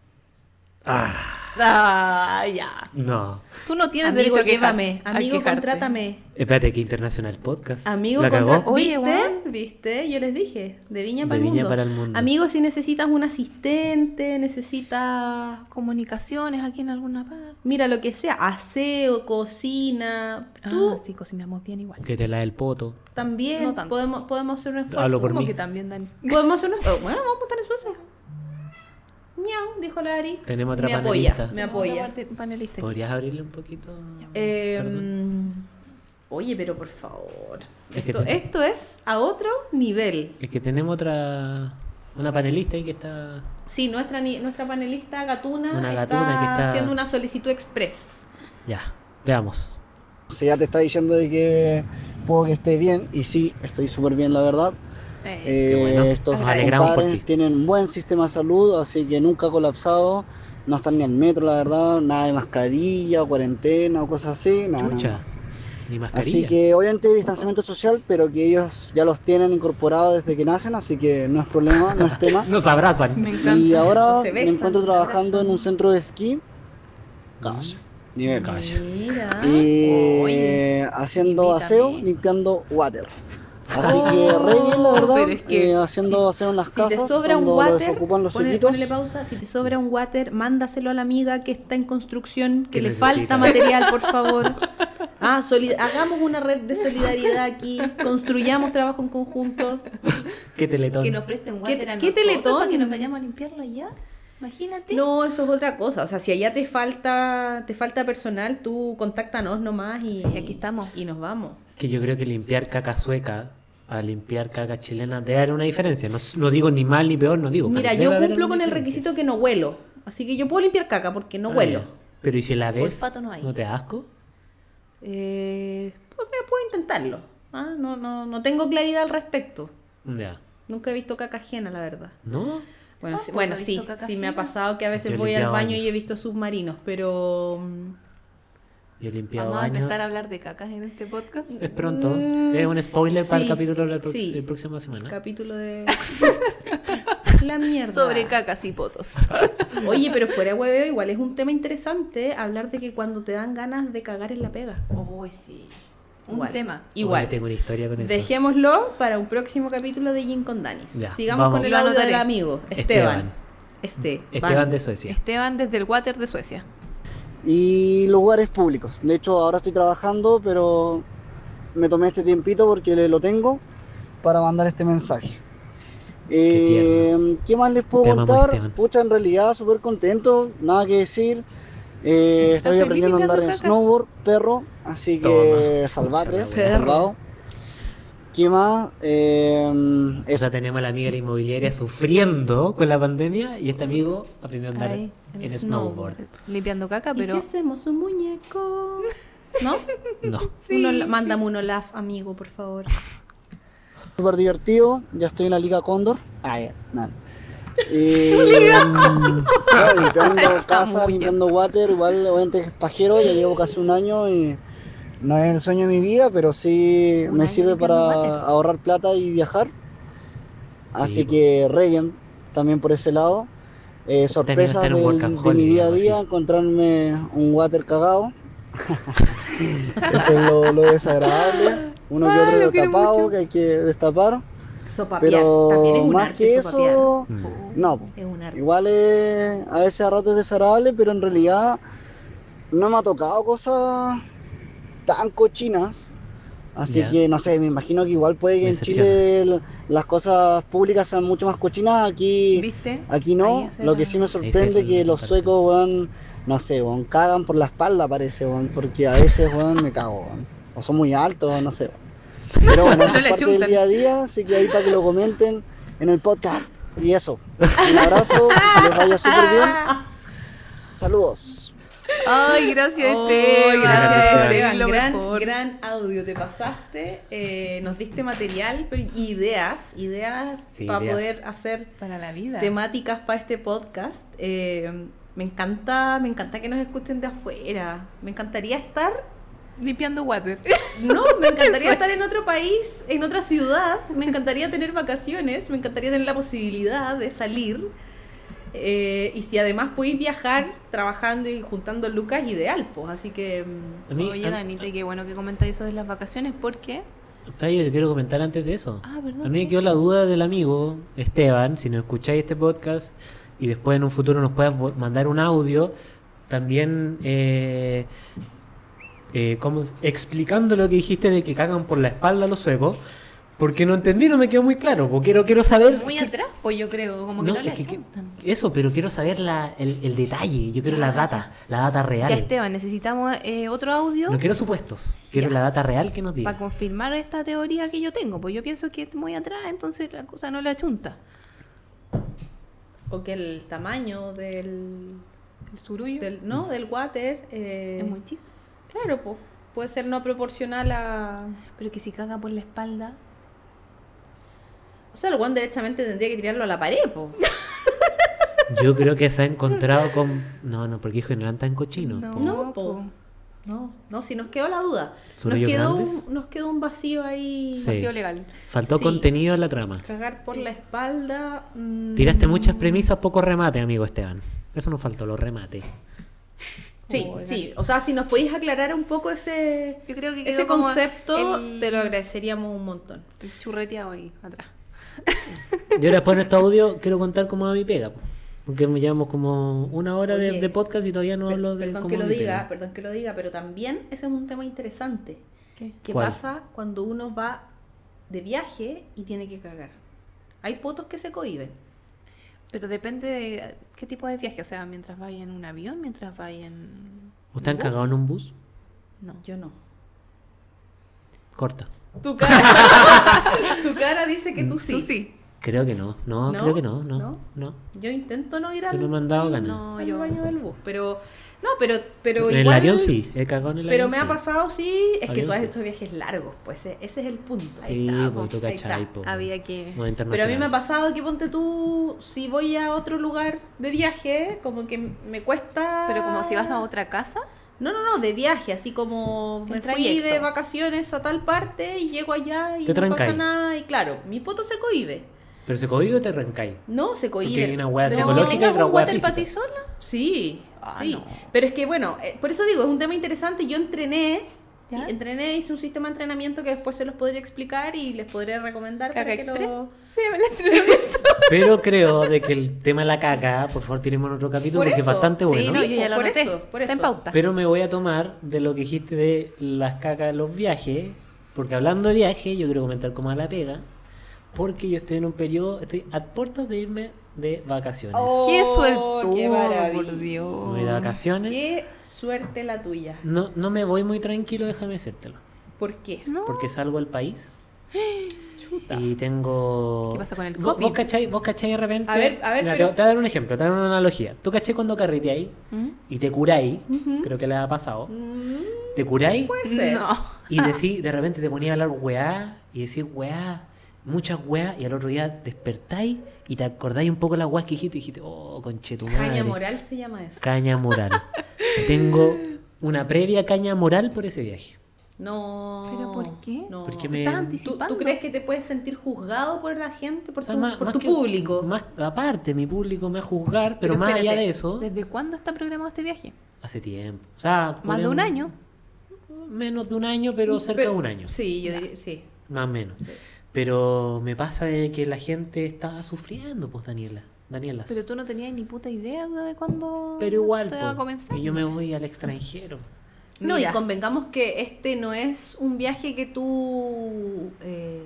Ah, Ah, ya. no. Tú no tienes Amigo, derecho a quejar- llévame. a Amigo, quejarte. contrátame. Espérate, que internacional podcast. Amigo, la contra... cagó. cagó. Oye, ¿viste? weón. ¿Viste? Yo les dije, de Viña, De para, Viña el mundo. para el mundo. Amigo, si necesitas un asistente, necesitas, Comunicaciones aquí en alguna parte. mira, lo que sea, aseo, cocina, tú Ah, sí, cocinamos bien igual. Que te la el poto. también No tanto. podemos, podemos hacer un esfuerzo. Hablo por Como mí. que también, Dani. Podemos hacer un esfuerzo. Oh, Bueno, vamos a estar en Suecia. Miau, dijo la Ari. Tenemos otra me panelista. apoya, me apoya. Aparte, Panelista. ¿Podrías abrirle un poquito? Eh, Perdón. oye, pero por favor. Es que Esto, te- esto es a otro nivel. Es que tenemos otra. Una panelista ahí que está. Sí, nuestra, ni- nuestra panelista Gatuna, Una está Gatuna que está- haciendo una solicitud express. Ya, veamos. ya te está diciendo de que puedo que esté bien. Y sí, estoy súper bien, la verdad. Eh, Eh, bueno. Estos Nos alegramos por compadres ti. tienen un buen sistema de salud, así que nunca ha colapsado. No están ni al metro, la verdad, nada de mascarilla, cuarentena o cosas así. Nada, nada. Chucha. Ni mascarilla. Así que obviamente distanciamiento social, pero que ellos ya los tienen incorporado desde que nacen, así que no es [LAUGHS] problema, no es tema. Nos abrazan. me encanta. y ahora se me besan, encuentro se trabajando en abrazan. un centro de esquí. Gosh, nivel. Gosh. Mira. Y Oye, haciendo invítame. aseo, limpiando water. Así Oh, que re bien, la verdad, pero es que eh, haciendo aseo en las Si casas, te sobra un cuando lo water, desocupan los pone- chiquitos. ponele pausa, si te sobra un water, mándaselo a la amiga que está en construcción, que Que le necesita. falta material, por favor. Ah, soli- hagamos una red de solidaridad aquí, construyamos trabajo en conjunto. Qué teletón. Que nos presten water a ¿Qué- qué nosotros teletón? para que nos vayamos a limpiarlo allá. Imagínate. No, eso es otra cosa. O sea, si allá te falta, te falta personal, tú contáctanos nomás y Sí, aquí estamos. Y nos vamos. Que yo creo que limpiar caca sueca a limpiar caca chilena debe haber una diferencia. No, s- no digo ni mal ni peor, no digo. pero Mira, debe yo haber cumplo una con el diferencia. requisito que no huelo. Así que yo puedo limpiar caca porque no Ah, huelo. ya. Pero ¿y si la ves? Olfato no hay. ¿No te da asco? Eh, pues, eh, puedo intentarlo. Ah, No, no, no tengo claridad al respecto. Ya. Nunca he visto caca ajena, la verdad. ¿No? Bueno, sí, Tampoco bueno he sí, visto caca sí me ha ajena. pasado que a veces Yo he voy al limpiado baño y he baños. visto submarinos, pero... mm, Yo he limpiado Vamos a baños. empezar a hablar de cacas en este podcast. Es pronto. Mm, es un spoiler para el sí, capítulo de la, prox- sí. de próxima semana. Capítulo [LAUGHS] de... la mierda. Sobre cacas y potos. Oye, pero fuera de hueveo, igual es un tema interesante hablar de que cuando te dan ganas de cagar en la pega. [LAUGHS] Uy, sí. Un Igual. tema. Igual. Oye, tengo una historia con eso. Dejémoslo para un próximo capítulo de Gin con Danis. Ya, Sigamos vamos. con el Lo audio del anotaré. amigo, Esteban. Esteban. Este. Esteban de Suecia. Esteban desde el water de Suecia. y lugares públicos. De hecho, ahora estoy trabajando, pero me tomé este tiempito porque le- lo tengo para mandar este mensaje. Qué Eh, ¿Qué más les puedo Te amamos, contar? Esteban. Pucha, en realidad, súper contento, nada que decir. Eh, Está estoy feliz aprendiendo a andar en limpiando caca. snowboard, perro, así que Toma. salvatres, Pucha, la wea. salvado. ¿Qué más? Eh, O eso. sea, tenemos a la amiga de la inmobiliaria sufriendo con la pandemia y este amigo aprendió a andar Ay, en, en snowboard. Limpiando caca, pero. ¿Y si hacemos un [LAUGHS] muñeco? ¿No? No. Uno- mándame un Olaf, amigo, por favor. Súper divertido, ya estoy en la Liga Cóndor. Ah, ya, [LAUGHS] nada. Eh, claro, limpiando casa, Estamos limpiando water, igual obviamente es pajero, ya llevo casi un año y no es el sueño de mi vida, pero sí Un me año sirve para limpiando water. ahorrar plata y viajar. Así Sí. pues. que re bien, también por ese lado. Eh, sorpresas estar un del- de, workaholic, mi día a algo día, así. encontrarme un water cagado. Eso es lo, [LAUGHS] lo desagradable. Uno Ay, que lo otro quiero destapado mucho. que hay que destapar. Sopapear. También es Pero un más arte que sopapear. [LAUGHS] eso, Mm. no. po. Es un arte. Igual es- a veces a ratos es desagradable, pero en realidad no me ha tocado cosas tan cochinas. Así Ya. que no sé, me imagino que igual puede que en Chile el- las cosas públicas sean mucho más cochinas. Aquí, ¿Viste? aquí Ahí no. hace Lo la- que sí me Ese sorprende es que el los parche. suecos, weón, no sé, weón, cagan por la espalda parece, weón, porque a veces, weón, me cago, weón. O son muy altos, weón, no sé. weón. [LAUGHS] Pero bueno, eso No es le parte del achuntan. día a día, así que ahí para que lo comenten en el podcast. Y eso. [LAUGHS] Un abrazo, que les vaya súper bien. Saludos. Ay, gracias, Oh, Esteban. gracias, Esteban, Esteban. es este, lo gran, mejor. gran audio te pasaste, eh, nos diste material, pero ideas, ideas Sí, para ideas. poder hacer Para la vida. temáticas para este podcast. Eh, me encanta, me encanta que nos escuchen de afuera. Me encantaría estar, Limpiando water. no, me encantaría estar en otro país, en otra ciudad. Me encantaría tener vacaciones, me encantaría tener la posibilidad de salir. Eh, y si además podéis viajar trabajando y juntando lucas, ideal, pues. Así que mm, A mí, Oye, a- Danita, qué bueno que comentáis eso de las vacaciones, porque. Espera, yo te quiero comentar antes de eso. Ah, perdón, A mí me ¿qué? quedó la duda del amigo Esteban, si no escucháis este podcast y después en un futuro nos puedas vo- mandar un audio, también eh, eh, ¿cómo es? explicando lo que dijiste de que cagan por la espalda los suecos, porque no entendí, no me quedó muy claro, porque quiero, quiero saber... Muy qué- atrás, pues yo creo. Como que No, no, le es que- que- achuntan. eso, pero quiero saber la- el, el detalle, yo quiero la data, la data real. Ya, Esteban, necesitamos eh, otro audio No quiero supuestos, quiero Ya. la data real que nos para diga. confirmar esta teoría que yo tengo. Pues yo pienso que es muy atrás, entonces la cosa no le achunta. o que el tamaño del, El surullo del- no del water eh, es muy chico. claro, pues puede ser no proporcional a Pero que si caga por la espalda. O sea, el guan directamente tendría que tirarlo a la pared, pues. po. [LAUGHS] Yo creo que se ha encontrado con... No, no, porque hijo, no eran tan cochinos. po. No, po. po. No, no, si nos quedó la duda. Nos ¿Surullos quedó, grandes? un, nos quedó un vacío ahí. Sí. Ha sido legal. Faltó Sí. contenido en la trama. Cagar por la espalda. mm, Tiraste muchas premisas, poco remate, amigo Esteban. Eso nos faltó, los remates. Sí, Oigan. sí. O sea, si nos podéis aclarar un poco ese, Oh, Yo creo que ese quedó como concepto, el- te lo agradeceríamos un montón. el churreteado ahí atrás. Yo después en este audio quiero contar cómo va mi pega. po. Porque me llevamos como una hora de, Oye, de podcast y todavía no Per- hablo de perdón cómo que va lo mi diga, pega. perdón que lo diga, pero también ese es un tema interesante. ¿Qué? ¿Qué ¿Cuál? pasa cuando uno va de viaje y tiene que cagar? Hay potos que se cohiben. Pero depende de qué tipo de viaje, o sea, mientras vaya en un avión, mientras vaya en... ¿Usted han cagado en un bus? No. Yo no. Corta. Tu cara, tu cara dice que tú sí. Tú sí. Creo que no. No, ¿No? creo que no. No. ¿No? No. [LAUGHS] Yo intento no ir Yo al, no me han dado ganas. No, al yo... baño del bus, pero no, pero pero en el igual- avión sí. He cagado en el Pero avión. me ha sí. pasado sí, es que Avión tú has sí. hecho viajes largos, pues eh, ese es el punto. Sí, está, pues po, tú ahí está. cachai, po. Había que... Bueno, Pero a mí me ha internacional. pasado que ponte tú, si voy a otro lugar de viaje, como que me cuesta. Pero como si vas a otra casa, No, no, no, de viaje, así como me El fui de trayecto. vacaciones a tal parte y llego allá y Te no pasa trancai. nada. Y claro, mi poto se cohibe. Pero se cohibe o te arrancáis. No, se cohibe. hay una hueá No, que Ah, psicológica y tengas otra un hueá water física. patisola. Sí, Ah, sí. no. Pero es que bueno, eh, por eso digo, es un tema interesante. Yo entrené, ¿Ya? y entrené, hice un sistema de entrenamiento que después se los podría explicar y les podría recomendar Caca para que Express. lo- Sí, me la entrevisté. Pero creo de que el tema de la caca, por favor, tiremos en otro capítulo Por porque eso. es bastante bueno. Sí, no, Sí, yo pues, ya lo por noté. eso, por Está en eso. pauta. Este Pero me voy a tomar de lo que dijiste de las cacas de los viajes, porque hablando de viaje, yo quiero comentar cómo a la pega, porque yo estoy en un periodo, estoy a puertas de irme de vacaciones. ¡Qué Oh, sueltudo, qué maravilla. por Dios! Me voy de vacaciones. Qué suerte la tuya. No, no me voy muy tranquilo, déjame decírtelo. ¿Por qué? No, Porque salgo al país [GASPS] Chuta. y tengo. ¿Qué pasa con el Vos- COVID? ¿Vos cachai, vos cachai de repente? A ver, a ver, Mira, pero- te, te voy a dar un ejemplo, te voy a dar una analogía. ¿Tú cachai cuando carreteáis ¿Mm? y te curáis? Creo que le ha pasado. Te curáis Puede ser. No. Y Ah. decí, de repente te ponía a hablar weá y decís weá, muchas weá, y al otro día despertáis y te acordáis un poco de las weas que dijiste y dijiste, oh, conche tu madre. Caña moral se llama eso. Caña [LAUGHS] moral. Tengo una previa caña moral por ese viaje. No. ¿Pero por qué? No. Porque Me me- estás ¿Tú- tú ¿Tú, anticipando. tú crees que te puedes sentir juzgado por la gente, por O sea, tu, más- por más tu que- público? Más, aparte, mi público me va a juzgar, pero, más allá espérate, de eso, ¿Desde cuándo está programado este viaje? hace tiempo. O sea, Más de ponen- un año. Menos de un año, pero cerca Pero- de un año. Sí, yo diría, sí. Más o menos. Pero me pasa de que la gente está sufriendo, pues, Daniela. Daniela. Pero tú no tenías ni puta idea de cuándo Pero igual, te iba a po, comenzar. y yo me voy al extranjero. No, Mira. y convengamos que este no es un viaje que tú... eh,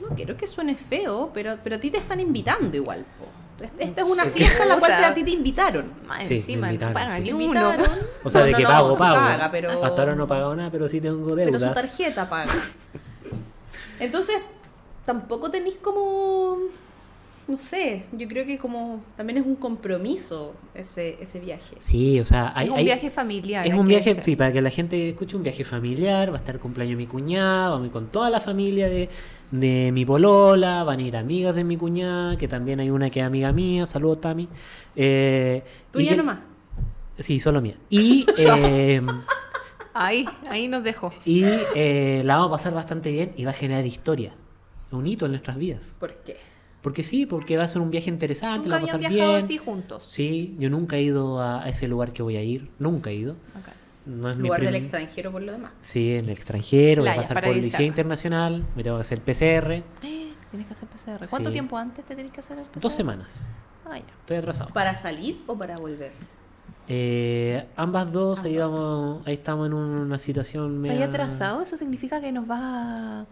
no quiero que suene feo, pero, pero a ti te están invitando igual. po. Este- Esta es una Sí. fiesta a la cual te- Puta. a ti te invitaron. Más Sí, me encima, no invitaron, paga sí. ni Te uno. invitaron. O sea, No, de no, que no, pago, sí pago. paga, pero... Hasta ahora no he pagado nada, pero sí tengo deudas. Pero su tarjeta paga. Entonces, tampoco tenéis como. No sé, yo creo que como también es un compromiso ese, ese viaje. Sí, o sea, hay, es un hay- viaje familiar. es hay un que viaje, decir. sí, para que la gente escuche, un viaje familiar, va a estar el cumpleaños de mi cuñada, vamos a ir con toda la familia de, de mi polola, van a ir amigas de mi cuñada, que también hay una que es amiga mía, saludos Tami. Eh, y Tuya que- nomás. Sí, solo mía. [LAUGHS] Y... eh, Ahí, ahí nos dejó. Y eh, la vamos a pasar bastante bien y va a generar historia. Un hito en nuestras vidas. ¿Por qué? Porque sí, porque va a ser un viaje Nunca interesante, la va a habían pasar viajado bien. así juntos. Sí, yo nunca he ido a a ese lugar que voy a ir. Nunca he ido. Acá. No es mi Lugar del prim- extranjero por lo demás. Sí, en el extranjero, voy a Playa, pasar por paradisíaca. Licea Internacional, me tengo que hacer PCR. Eh, Tienes que hacer PCR. ¿Cuánto Sí. tiempo antes te tienes que hacer el PCR? Dos semanas. Ah, ya. Estoy atrasado. ¿Para salir o para volver? Eh, ambas dos, Ahí, vamos, ahí estamos en una situación media... ¿Estás atrasado? ¿Eso significa que nos vas a...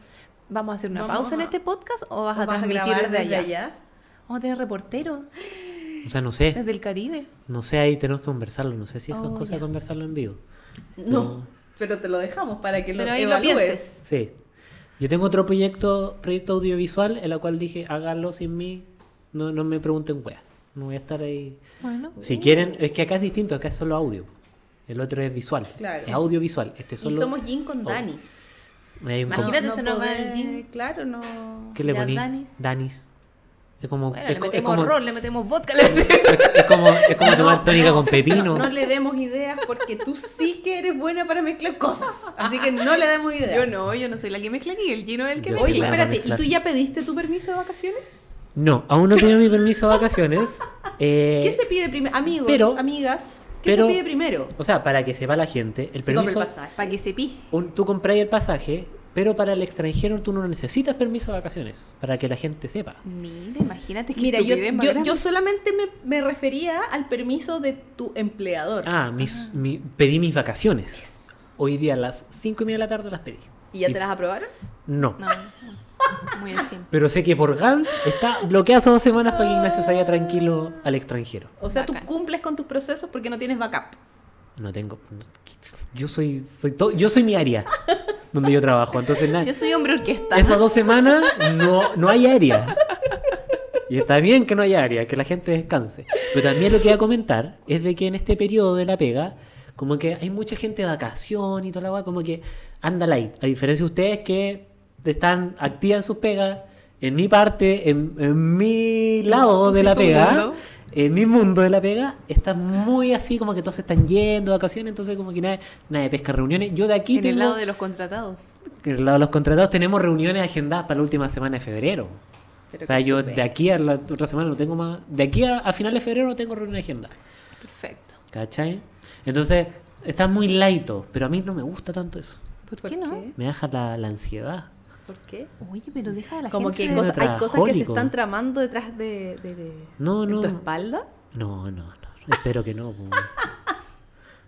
¿Vamos a hacer una Vamos pausa en a- este podcast o vas a ¿O vas transmitir grabar desde desde allá? Vamos a tener reportero O sea, no sé, desde el Caribe. no sé, ahí tenemos que conversarlo. No sé si eso Oh, es cosa ya. de conversarlo en vivo. No, No. pero te lo dejamos para que lo Pero ahí lo evalúes. pienses. Sí. Yo tengo otro proyecto, proyecto audiovisual en la cual dije, háganlo sin mí, no, no me pregunten wea. No voy a estar ahí. Bueno. Uh. Si quieren, es que acá es distinto, acá es solo audio. El otro es visual. Claro. Es audiovisual. Este es Y solo. somos Jin con Oh. Danis. Hay un Imagínate, No, no se nos va poder- el Jin. Claro, no. com- ¿Qué le las poní? Danis. Danis. Es como. Bueno, es, le co- es metemos como, ron, le metemos vodka. [LAUGHS] le- es como, es como [LAUGHS] tomar tónica con pepino. No le demos ideas porque tú sí que eres buena para mezclar cosas. Así que no le demos ideas. Yo no, yo no soy la que mezcla ni el Gino es el que Yo mezcla. soy Oye, la- espérate, ¿y mezclar. tú ya pediste tu permiso de vacaciones? No, aún no pido mi permiso de vacaciones. Eh, ¿Qué se pide primero? Amigos, pero- amigas, ¿Qué Pero- se pide primero? O sea, para que sepa la gente, el Se compra el permiso. pasaje. Para que se pije. un- tú compras el pasaje, pero para el extranjero tú no necesitas permiso de vacaciones. Para que la gente sepa. Mira, imagínate que Mira, yo, yo- yo solamente me, me refería al permiso de tu empleador. Ah, mis, mi- pedí mis vacaciones. Hoy día a las 5 y media de la tarde las pedí. ¿Y ya te las aprobaron? No. No, muy [LAUGHS] encima. Pero sé que por GAN está bloqueada hace dos semanas para que Ignacio se vaya tranquilo al extranjero. O sea, Bacán. tú cumples con tus procesos porque no tienes backup. No tengo. no- yo soy. soy todo- yo soy mi área donde yo trabajo. Entonces, nada. Yo soy hombre orquesta. Esas dos semanas no, no hay área. Y está bien que no haya área, que la gente descanse. Pero también lo que voy a comentar es de que en este periodo de la pega, como que hay mucha gente de vacación y toda la weá, como que anda light. A diferencia de ustedes que están activas en sus pegas, en mi parte, en, en mi lado Tú de sí, la tu pega, mundo. en mi mundo de la pega, está muy así, como que todos están yendo de vacaciones, entonces como que nadie, nadie pesca reuniones. Yo de aquí en el tengo- lado de los contratados. que el lado de los contratados tenemos reuniones agendadas para la última semana de febrero. Pero o sea, qué yo estupendo. de aquí a la otra semana no tengo más. De aquí a, a finales de febrero no tengo reunión agendada. Perfecto. ¿Cachai? Entonces, está muy laito, pero a mí no me gusta tanto eso. ¿Por, ¿Por qué no? qué? Me deja la, la ansiedad. ¿Por qué? Oye, pero deja a la Como gente. que de- cosa- hay cosas que se trabajólico. están tramando detrás de, de- de- No, de no. tu espalda. No, no, no. Espero que no. po.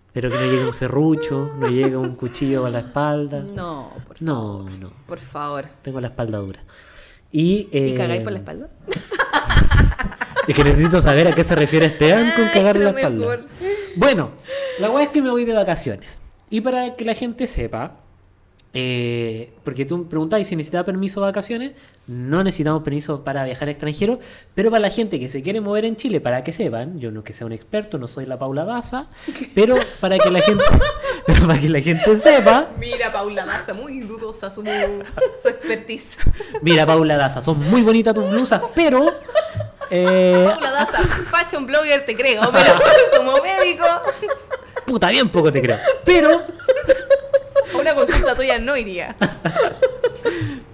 Espero que no llegue un serrucho, no llegue un cuchillo a la espalda. No, por, Ah. No, no. por favor. Tengo la espalda dura. Y, ¿Y eh, cagáis por la espalda? Es que necesito saber a qué se refiere Esteban con Ay, cagar lo la espalda. mejor. Bueno, la weá es que me voy de vacaciones. Y para que la gente sepa, eh, porque tú preguntabas si necesitaba permiso de vacaciones, no necesitamos permiso para viajar al extranjero, pero para la gente que se quiere mover en Chile, para que sepan, yo no que sea un experto, no soy la Paula Daza, pero para que la gente, [LAUGHS] para que la gente sepa, Mira, Paula Maza, muy dudosa su, su [LAUGHS] expertise. mira Paula Daza, son muy bonitas tus blusas, pero eh, Paula Daza, fashion blogger, te creo, pero [LAUGHS] como médico, puta bien poco te creo, pero a una consulta tuya no iría.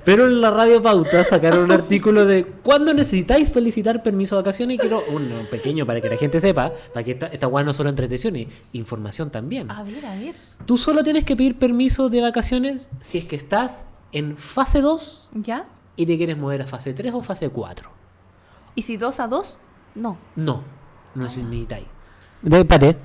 Pero en la Radio Pauta sacaron un artículo de cuándo necesitáis solicitar permiso de vacaciones. Y quiero uno pequeño para que la gente sepa, para que esta, esta guay no solo entretención, y información también. A ver, a ver. Tú solo tienes que pedir permiso de vacaciones si es que estás en fase 2 ¿Ya? y te quieres mover a fase 3 o fase 4. ¿Y si dos a dos? No. No, no necesitáis. De- Espérate.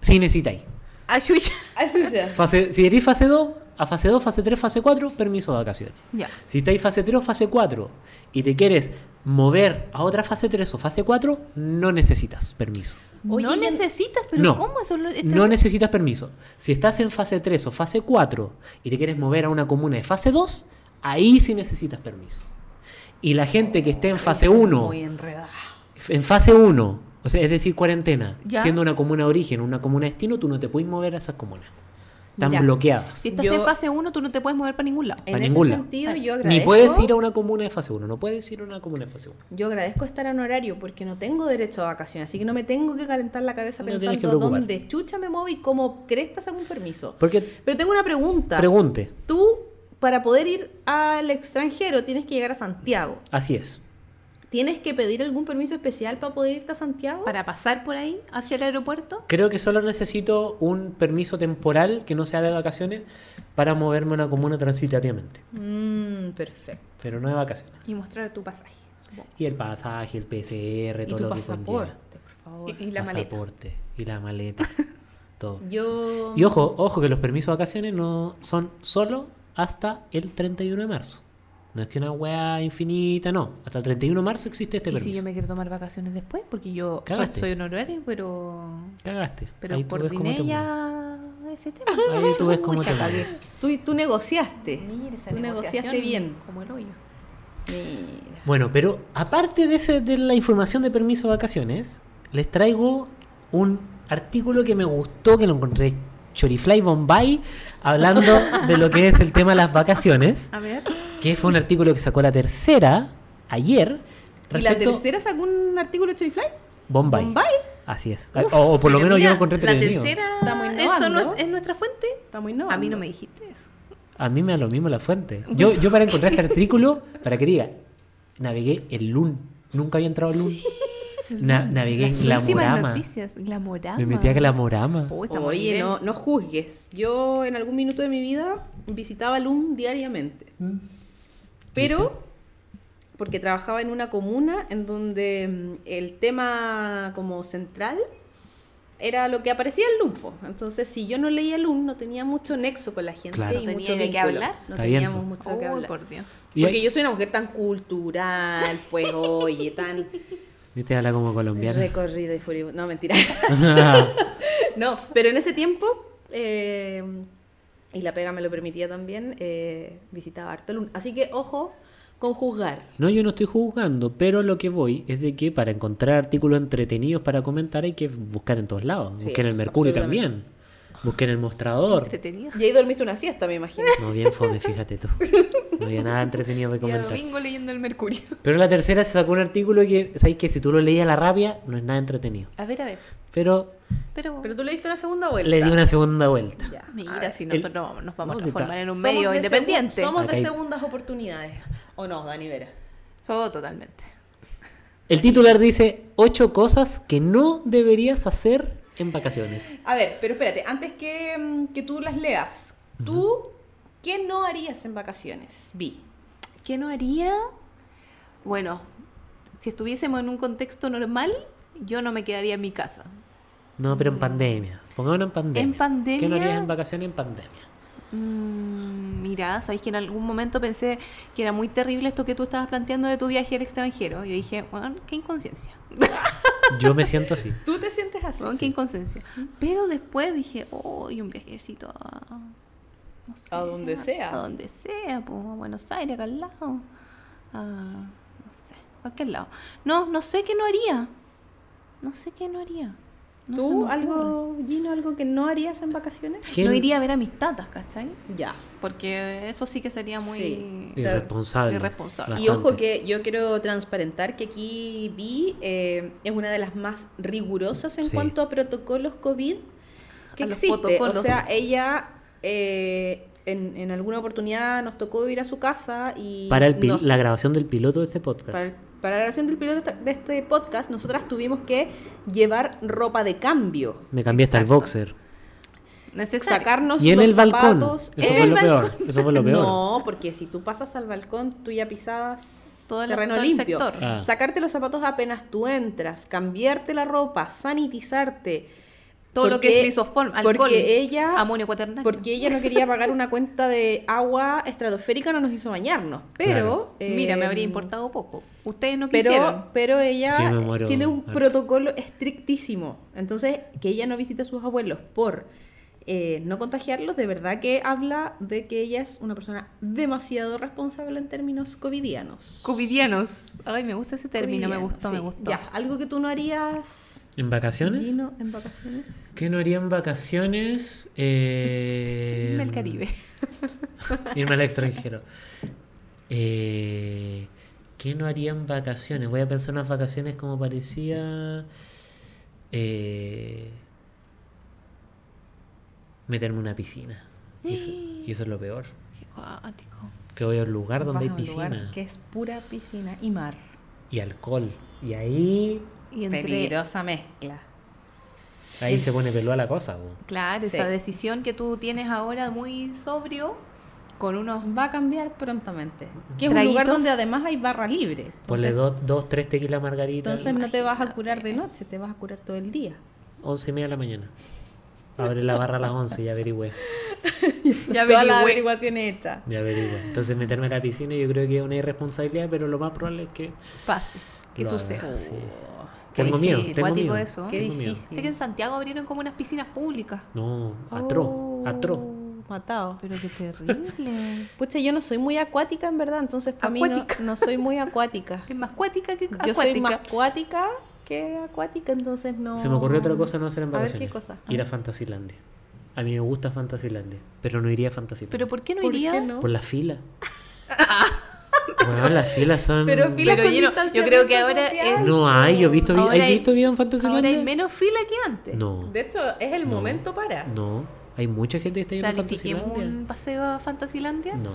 Sí necesitáis. Ayuya. [LAUGHS] Ayuya. Fase- si eres fase 2, a fase 2, fase 3, fase 4, permiso de vacaciones. Ya. Si estáis fase 3 o fase 4 y te quieres mover a otra fase 3 o fase 4, no necesitas permiso. Oye, no ya- necesitas, pero No. ¿cómo? Eso lo- este- No necesitas permiso. Si estás en fase 3 o fase 4 y te quieres mover a una comuna de fase 2, ahí sí necesitas permiso. Y la gente que esté en fase 1, Muy enredada. en fase 1, o sea, es decir, cuarentena, Ya. siendo una comuna de origen, una comuna de destino, tú no te puedes mover a esas comunas. Están Ya. bloqueadas. Si estás Yo- en fase 1, tú no te puedes mover para ningún lado. A En ningún ese lado. sentido, yo agradezco. Ni puedes ir a una comuna de fase 1, no puedes ir a una comuna de fase 1. Yo agradezco estar en horario porque no tengo derecho a vacaciones, así que no me tengo que calentar la cabeza No tienes que pensando preocupar. dónde chucha me muevo y cómo cresta según permiso. Porque, Pero tengo una pregunta. pregunte, Tú, para poder ir al extranjero, tienes que llegar a Santiago. así es. ¿Tienes que pedir algún permiso especial para poder irte a Santiago? Para pasar por ahí hacia el aeropuerto. Creo que solo necesito un permiso temporal que no sea de vacaciones para moverme a una comuna transitoriamente. Mm, perfecto. Pero no de vacaciones. Y mostrar tu pasaje. Y el pasaje, el PCR, Y todo tu lo que pasaporte, conlleva. por favor. Y, y la maleta. Pasaporte y [LAUGHS] la maleta. todo. Yo. Y ojo, ojo que los permisos de vacaciones no son solo hasta el 31 de marzo. No es que una weá infinita, no. Hasta el 31 de marzo existe este ¿Y si permiso. yo me quiero tomar vacaciones después? Porque yo soy, Cagaste. soy honorario, pero... Cagaste. Pero Ahí tú ves cómo te coordiné mueves. Ah. ya ese tema. Ahí tú [LAUGHS] ves cómo Uy, te ya cagué. mueves. Tú, tú negociaste. Mira, esa Tú negociación negociaste bien. Como el hoyo. Mira. Bueno, pero aparte de, ese, de la información de permiso de vacaciones, les traigo un artículo que me gustó, que lo encontré Chorifly Bombay, hablando de lo que es el tema de las vacaciones, A ver. que fue un artículo que sacó la tercera ayer. ¿Y la respecto- tercera sacó un artículo de Chorifly? Bombay. ¿Bombay? Así es. O, o por lo menos yo lo encontré La entretenido. tercera Estamos eso innovando. no es, es nuestra fuente. Está muy no. A mí no me dijiste eso. A mí me da lo mismo la fuente. Yo, yo para encontrar este artículo, para que diga, navegué el LUN. Nunca había entrado al LUN. Na- navegué en Las últimas Glamorama. noticias, Glamorama. Me metí a Glamorama. Uy, estamos Oye, nivel. no, no juzgues. Yo en algún minuto de mi vida visitaba Loom diariamente. Pero, porque trabajaba en una comuna en donde mm, el tema como central era lo que aparecía en Loom. po. Entonces, si yo no leía Loom, no tenía mucho nexo con la gente. Claro. y No tenía mucho de qué vínculo. hablar. No Está bien, teníamos po. mucho Uy, que hablar. por Dios. Y Porque ahí- yo soy una mujer tan cultural, pues, oye, tan y te habla como colombiana. recorrida y furibunda. No, [LAUGHS] mentira. [LAUGHS] No, pero en ese tiempo, eh, y la pega me lo permitía también, eh, visitaba harto Lun. Así que ojo con juzgar. No, yo no estoy juzgando, pero lo que voy es de que para encontrar artículos entretenidos para comentar hay que buscar en todos lados. Sí, busqué en el Mercurio también. absolutamente. Busqué en el mostrador. Entretenido. Y ahí dormiste una siesta, me imagino. No, bien fome, fíjate tú. No había nada [LAUGHS] entretenido que Y a comentar. domingo leyendo el Mercurio. Pero la tercera se sacó un artículo que, ¿sabes que Si tú lo leías a la rabia, no es nada entretenido. A ver, a ver. Pero Pero, Pero tú le diste una segunda vuelta. le di una segunda vuelta. Ya. mira, si el- nosotros vamos- nos vamos No, a si está- transformar en un Somos medio de independiente. segun- somos Ok. de segundas oportunidades. ¿O no, Dani Vera? Oh, totalmente. El titular dice ocho cosas que no deberías hacer en vacaciones. A ver, pero espérate, antes que, mm, que tú las leas, ¿tú qué no harías en vacaciones? Vi. ¿Qué no haría? Bueno, si estuviésemos en un contexto normal, yo no me quedaría en mi casa. No, pero Mm. en pandemia. Pongámonos en pandemia. En pandemia. ¿Qué no harías en vacaciones en pandemia? Mm, mira, sabéis que en algún momento pensé que era muy terrible esto que tú estabas planteando de tu viaje al extranjero. Yo dije, bueno, qué inconsciencia. Yo me siento [LAUGHS] así. ¿Tú te sientes así? Bueno, qué inconsciencia. Pero después dije, oh, y un viajecito a... no sé, A donde sea. A donde sea, po, a Buenos Aires, acá al lado. A, no sé, cualquier lado. No, no sé qué no haría. No sé qué no haría. No se ¿Tú me ocurre. algo, Gino, algo que no harías en vacaciones? ¿Qué- No iría a ver a mis tatas, ¿cachai? Ya. Porque eso sí que sería muy... Sí. Irresponsable. Irresponsable. Y ojo Bastante. que yo quiero transparentar que aquí Vi eh, es una de las más rigurosas en Sí. cuanto a protocolos COVID que A los existe. protocolos. O sea, ella eh, en, en alguna oportunidad nos tocó ir a su casa y... Para el pil- nos- la grabación del piloto de este podcast. para, para la grabación del piloto de este podcast, nosotras tuvimos que llevar ropa de cambio. Me cambié hasta el Exacto. boxer. Necesario. Sacarnos Y en los el balcón. zapatos Eso fue en lo el peor. Eso fue lo peor. No, porque si tú pasas al balcón, tú ya pisabas Todo el- terreno todo el limpio. sector. Ah. Sacarte los zapatos apenas tú entras, cambiarte la ropa, sanitizarte. Todo lo que Porque- es lisofón, alcohol, porque ella, amonio cuaternario. porque ella no quería pagar una cuenta de agua estratosférica, no nos hizo bañarnos. Pero. Claro. Mira, me eh, habría importado poco. Ustedes no quisieron. Pero, pero Sí, ella me muero, tiene un harto. protocolo estrictísimo. Entonces, que ella no visite a sus abuelos por eh, no contagiarlos, de verdad que habla de que ella es una persona demasiado responsable en términos covidianos. Covidianos. Ay, me gusta ese término, me Covidianos, gustó, sí. me gustó. Ya, algo que tú no harías. ¿En vacaciones? Gino, en vacaciones. ¿Qué no haría en [LAUGHS] vacaciones? Eh, Irme al Caribe. [LAUGHS] Irme al extranjero. Eh, ¿Qué no haría en vacaciones? Voy a pensar unas vacaciones como parecía. eh, meterme en una piscina. Y eso, y eso es lo peor. Qué cuático. Que voy a un lugar donde hay Vas a un lugar piscina. que es pura piscina y mar. Y alcohol. Y ahí. Y entre, Peligrosa mezcla. Ahí se pone peluda la cosa. po. Claro, Sí. esa decisión que tú tienes ahora muy sobrio, con unos... [LAUGHS] Va a cambiar prontamente. Que es un Traguitos. lugar donde además hay barra libre. Entonces, Ponle dos, dos, tres tequilas margaritas. Entonces no te vas a curar de Imagínate. noche, te vas a curar todo el día. Once y media de la mañana. Abre la barra a las once y averigüe. [LAUGHS] Ya Toda averigüé. la averiguación hecha. Ya averigüe. Entonces meterme a la piscina yo creo que es una irresponsabilidad, pero lo más probable es que... Pase. ¿Qué lo haga, sucede? sí. Oh. qué Tengo miedo, difícil, tengo cuático miedo. eso. Qué tengo miedo. difícil. Sé que en Santiago abrieron como unas piscinas públicas. No, atroz, Oh. atroz. Matado. Pero qué [LAUGHS] terrible. Pucha, yo no soy muy acuática en verdad, entonces para mí no, Acuática. no soy muy acuática. es más cuática que acuática. Yo soy más acuática que acuática, entonces no. Se me ocurrió otra cosa no hacer en A ver, vacaciones. ¿qué cosa? Ir a Fantasilandia. A mí me gusta Fantasilandia, pero no iría a Fantasilandia. ¿Pero por qué no ¿Por qué irías? Mm, no? Por la fila. Bueno, las filas son... Pero filas Pero con yo no- yo distanciamiento creo que ahora social. es- No hay, yo he visto... Ahora ¿Has hay- visto video en Ahora Fantasilandia? hay menos fila que antes. No, De hecho, es el momento para. no. Hay mucha gente que está yendo a Planifiquemos Fantasilandia. un paseo a Fantasilandia. No.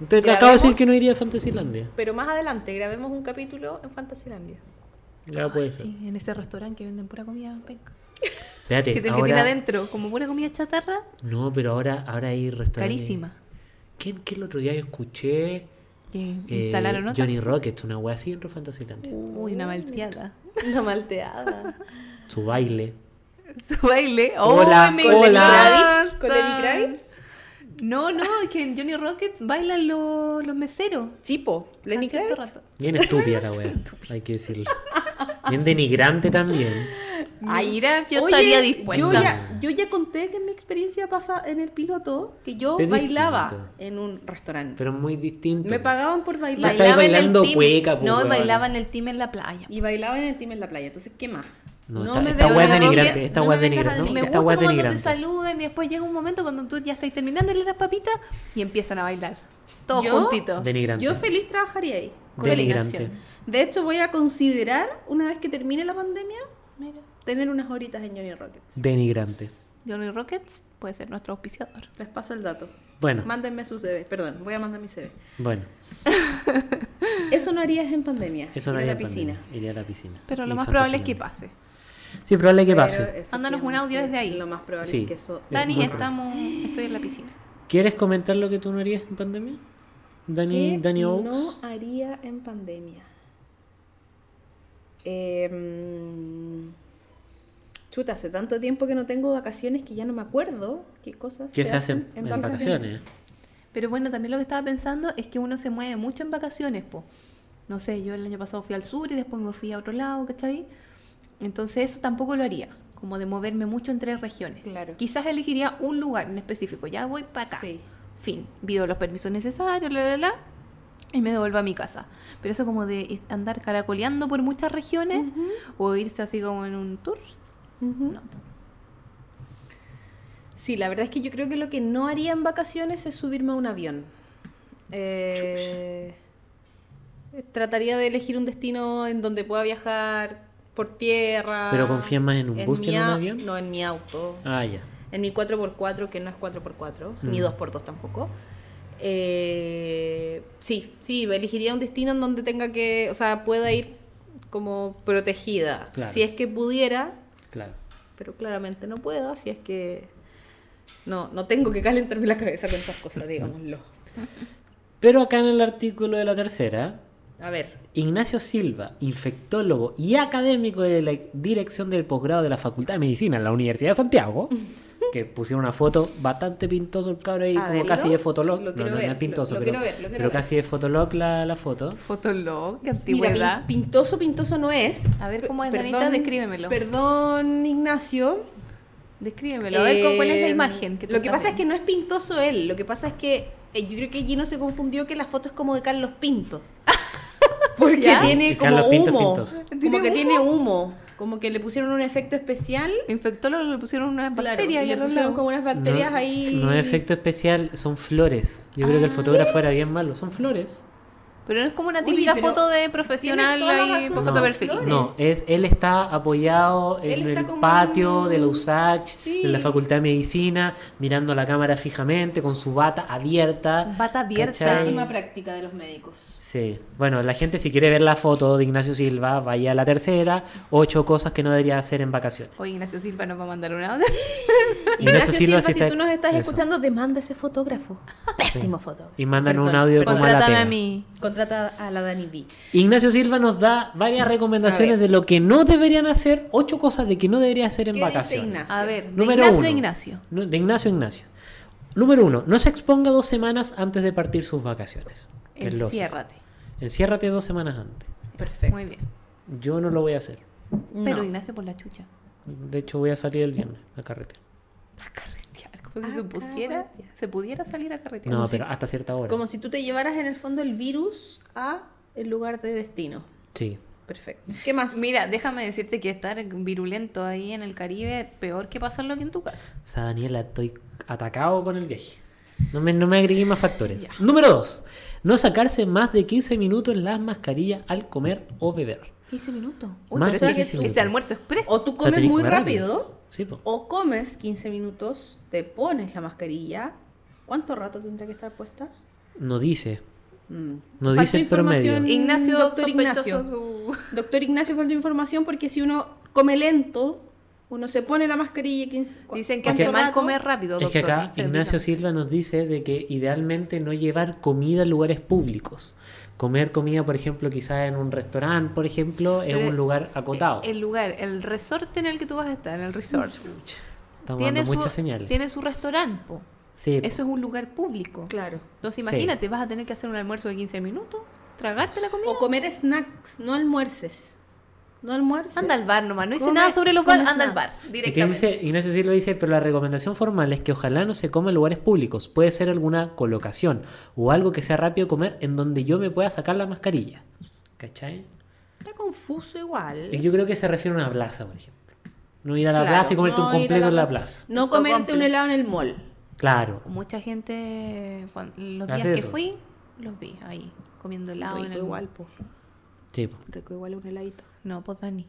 Te, te acabo de ¿Grabemos? decir que no iría a Fantasilandia. [LAUGHS] Pero más adelante grabemos un capítulo en Fantasilandia. Ya puede Ay, ser. sí, en ese restaurante que venden pura comida penca. Espérate, Que, del que tiene ahora- adentro, como pura comida chatarra, No, pero ahora, ahora hay restaurantes. carísima. ¿Quién, quién el otro día yo escuché? eh, Que instalaron otra. Johnny Rockets, una wea así en Fantasylandia. Uy, una malteada. [LAUGHS] Una malteada. Su baile. Su baile. ¡Oh, Hola, me hola. encanta! ¿Con Lenny Kravitz? No, no, es que en Johnny Rockets bailan los- los meseros. Chipo, Lenny A cierto Kravitz. rato. Bien estúpida la wea, hay que decirlo. Bien denigrante también. Ah, Mira, yo Oye, estaría dispuesta. Yo ya, yo ya conté que mi experiencia pasa en el piloto, que yo Pero es bailaba distinto. en un restaurante. Pero muy distinto. Me pagaban por bailar. estáis Bailaba en el bailando team. cueca, po, No, weón. bailaba en el team en la playa. Y bailaba en el team en la playa. Entonces, ¿qué más? No, No esta, me esta veo wea es Johnny denigrante. Rockets, Esta no wea es me vengas a denigrante. denigrar. Me gusta Esta wea como es cuando te denigrante. saluden y después llega un momento cuando tú ya estás terminando las papitas y empiezan a bailar. Todos ¿Yo? juntitos. Denigrante. Yo feliz trabajaría ahí. con Denigrante. dedicación. De hecho, voy a considerar, una vez que termine la pandemia, Mira, tener unas horitas en Johnny Rockets. Denigrante. Johnny Rockets puede ser nuestro auspiciador. Les paso el dato. Bueno, Mándenme su CV. Perdón, voy a mandar mi CV. bueno. Eso no harías en pandemia. Eso no ir haría a la piscina. pandemia, Iría a la piscina. Pero lo Y más probable es que Fantasylandia. pase. Sí, probable que Pero pase. Mándanos un audio desde ahí. Lo más probable Sí. es que eso. Es Dani, muy estamos, estoy en la piscina. ¿Quieres comentar lo que tú no harías en pandemia? Dani, ¿Qué Dani no Oaks. haría en pandemia? Em, chuta, hace tanto tiempo que no tengo vacaciones que ya no me acuerdo qué cosas ¿Qué se hacen en vacaciones. vacaciones? Pero bueno, también lo que estaba pensando es que uno se mueve mucho en vacaciones, po. No sé, yo el año pasado fui al sur y después me fui a otro lado, ¿cachai? Entonces eso tampoco lo haría, como de moverme mucho entre regiones. Claro. Quizás elegiría un lugar en específico, ya voy para acá. Sí. Fin, pido los permisos necesarios, la, la, la, y me devuelvo a mi casa. Pero eso como de andar caracoleando por muchas regiones o irse así como en un tour. Ujú. No. Sí, la verdad es que yo creo que lo que no haría en vacaciones es subirme a un avión. Eh, trataría de elegir un destino en donde pueda viajar por tierra. ¿Pero confías más en un bus que mi en un au- avión? No, en mi auto. Ah, ya. En mi 4x4, que no es 4x4, ni Mm. 2x2 tampoco. Eh, sí, sí, elegiría un destino en donde tenga que, o sea, pueda ir como protegida. Claro. Si es que pudiera, Claro. pero claramente no puedo, así es que no, no tengo que calentarme la cabeza con esas cosas, [LAUGHS] digámoslo. Pero acá en el artículo de la tercera, A ver, Ignacio Silva, infectólogo y académico de la dirección del posgrado de la Facultad de Medicina en la Universidad de [LAUGHS] Santiago, que pusieron una foto bastante pintoso el cabro ahí, A como verlo. casi de fotolog. Lo no, quiero no, no ver, es pintoso, lo- lo pero, quiero ver, lo quiero pero ver. casi de fotolog la, la foto. Fotolog, qué mira, pin- antigüedad. pintoso, pintoso no es. A ver, P- ¿cómo es, perdón- Danita? Descríbemelo. Perdón, Ignacio, Descríbemelo, a ver ¿con cuál es la Eh, imagen. tú lo que estás pasa es que viendo? no es pintoso él, lo que pasa es que eh, yo creo que Gino se confundió que la foto es como de Carlos [LAUGHS] Pinto. Porque ¿Ya? tiene Y como Carlos Pinto es humo. pintoso. Como ¿Tiene que humo? tiene humo. Como que le pusieron un efecto especial. Infectólogo le pusieron unas Claro, bacterias y y le al otro pusieron lado. como unas bacterias no, ahí. Ah. No es efecto especial, son flores. Yo creo que el fotógrafo era bien malo. Son flores. Pero no es como una Oye, típica pero foto de profesional toda la ahí razón, foto son de perfil. flores. No, es, él está apoyado Él en está el como patio en- de la USACH, Sí. de la Facultad de Medicina, mirando la cámara fijamente, con su bata abierta. Bata abierta. ¿Cachai? Pésima práctica de los médicos. Sí, bueno, la gente si quiere ver la foto de Ignacio Silva, vaya a la tercera, ocho cosas que no debería hacer en vacaciones. Oye, Ignacio Silva nos va a mandar una onda. Ignacio Silva, sí si, está- tú nos estás eso. escuchando, demanda a ese fotógrafo. [LAUGHS] Pésimo fotógrafo. Y mandan un Perdón, audio como a la Contrátame pega. a mí. Contrata a la Dani B. Ignacio Silva nos da varias recomendaciones de lo que no deberían hacer, ocho cosas de que no debería hacer en ¿Qué dice vacaciones. Ignacio? A ver, de Número Ignacio a uno. Ignacio. No, De Ignacio a Ignacio. Número uno, no se exponga dos semanas antes de partir sus vacaciones. que es lógico. Enciérrate. Enciérrate dos semanas antes. Perfecto. Muy bien. Yo no lo voy a hacer. Pero No. Ignacio por la chucha. De hecho, voy a salir el viernes a carretera. A carretear. Como si A se pusiera, carretear. se pudiera salir a carretear. No, Como si- pero hasta cierta hora. Como si tú te llevaras en el fondo el virus a el lugar de destino. Sí. Perfecto. ¿Qué más? Mira, déjame decirte que estar virulento ahí en el Caribe peor que pasarlo aquí en tu casa. O sea, Daniela, estoy atacado con el viaje. No me, no me agregué más factores. Número dos, no sacarse más de 15 minutos las mascarillas al comer o beber. 15 minutos. Uy, Más pero de sabes que 15 tú- minutos. ese almuerzo express. o tú O sea, comes tenés que muy comer rápido, Sí, po. o comes 15 minutos, te pones la mascarilla. ¿Cuánto rato tendrá que estar puesta? No dice. Mm. Nos Faltó dice el promedio. información, Ignacio doctor sospechoso Ignacio. su... Doctor Ignacio faltó información porque si uno come lento, uno se pone la mascarilla y 15 cua- Dicen que cuánto hace mal rato, comer rápido, Es que doctor, acá no sé, Ignacio dígame. Silva nos dice de que idealmente no llevar comida a lugares públicos. Comer comida, por ejemplo, quizás en un restaurante, por ejemplo, en Pero un lugar acotado. Eh, El lugar, el resort en el que tú vas a estar, el resort. Estamos dando muchas señales. tiene su restaurante, po. Sí, Eso es un lugar público. Claro. Entonces Sí. imagínate, vas a tener que hacer un almuerzo de 15 minutos, tragarte la comida. O comer snacks, no almuerces. No almuerces. Anda al bar nomás, no dice Come- nada sobre los come bares, anda al bar, snack. ¿Y qué directamente. dice? Ignacio Silva dice, pero la recomendación formal es que ojalá no se coma en lugares públicos. Puede ser alguna colocación o algo que sea rápido de comer en donde yo me pueda sacar la mascarilla. ¿Cachai? Está confuso igual. Y Yo creo que se refiere a una plaza, por ejemplo. No ir a la Claro, plaza y comerte un no ir a completo en la plaza. plaza. No comerte un helado en el mall. Claro. Mucha gente, cuan- los Hace días que eso. fui, los vi ahí, comiendo helado en Rico el igual, po. Sí, po. Rico igual un heladito. No, pues [LAUGHS] Dani,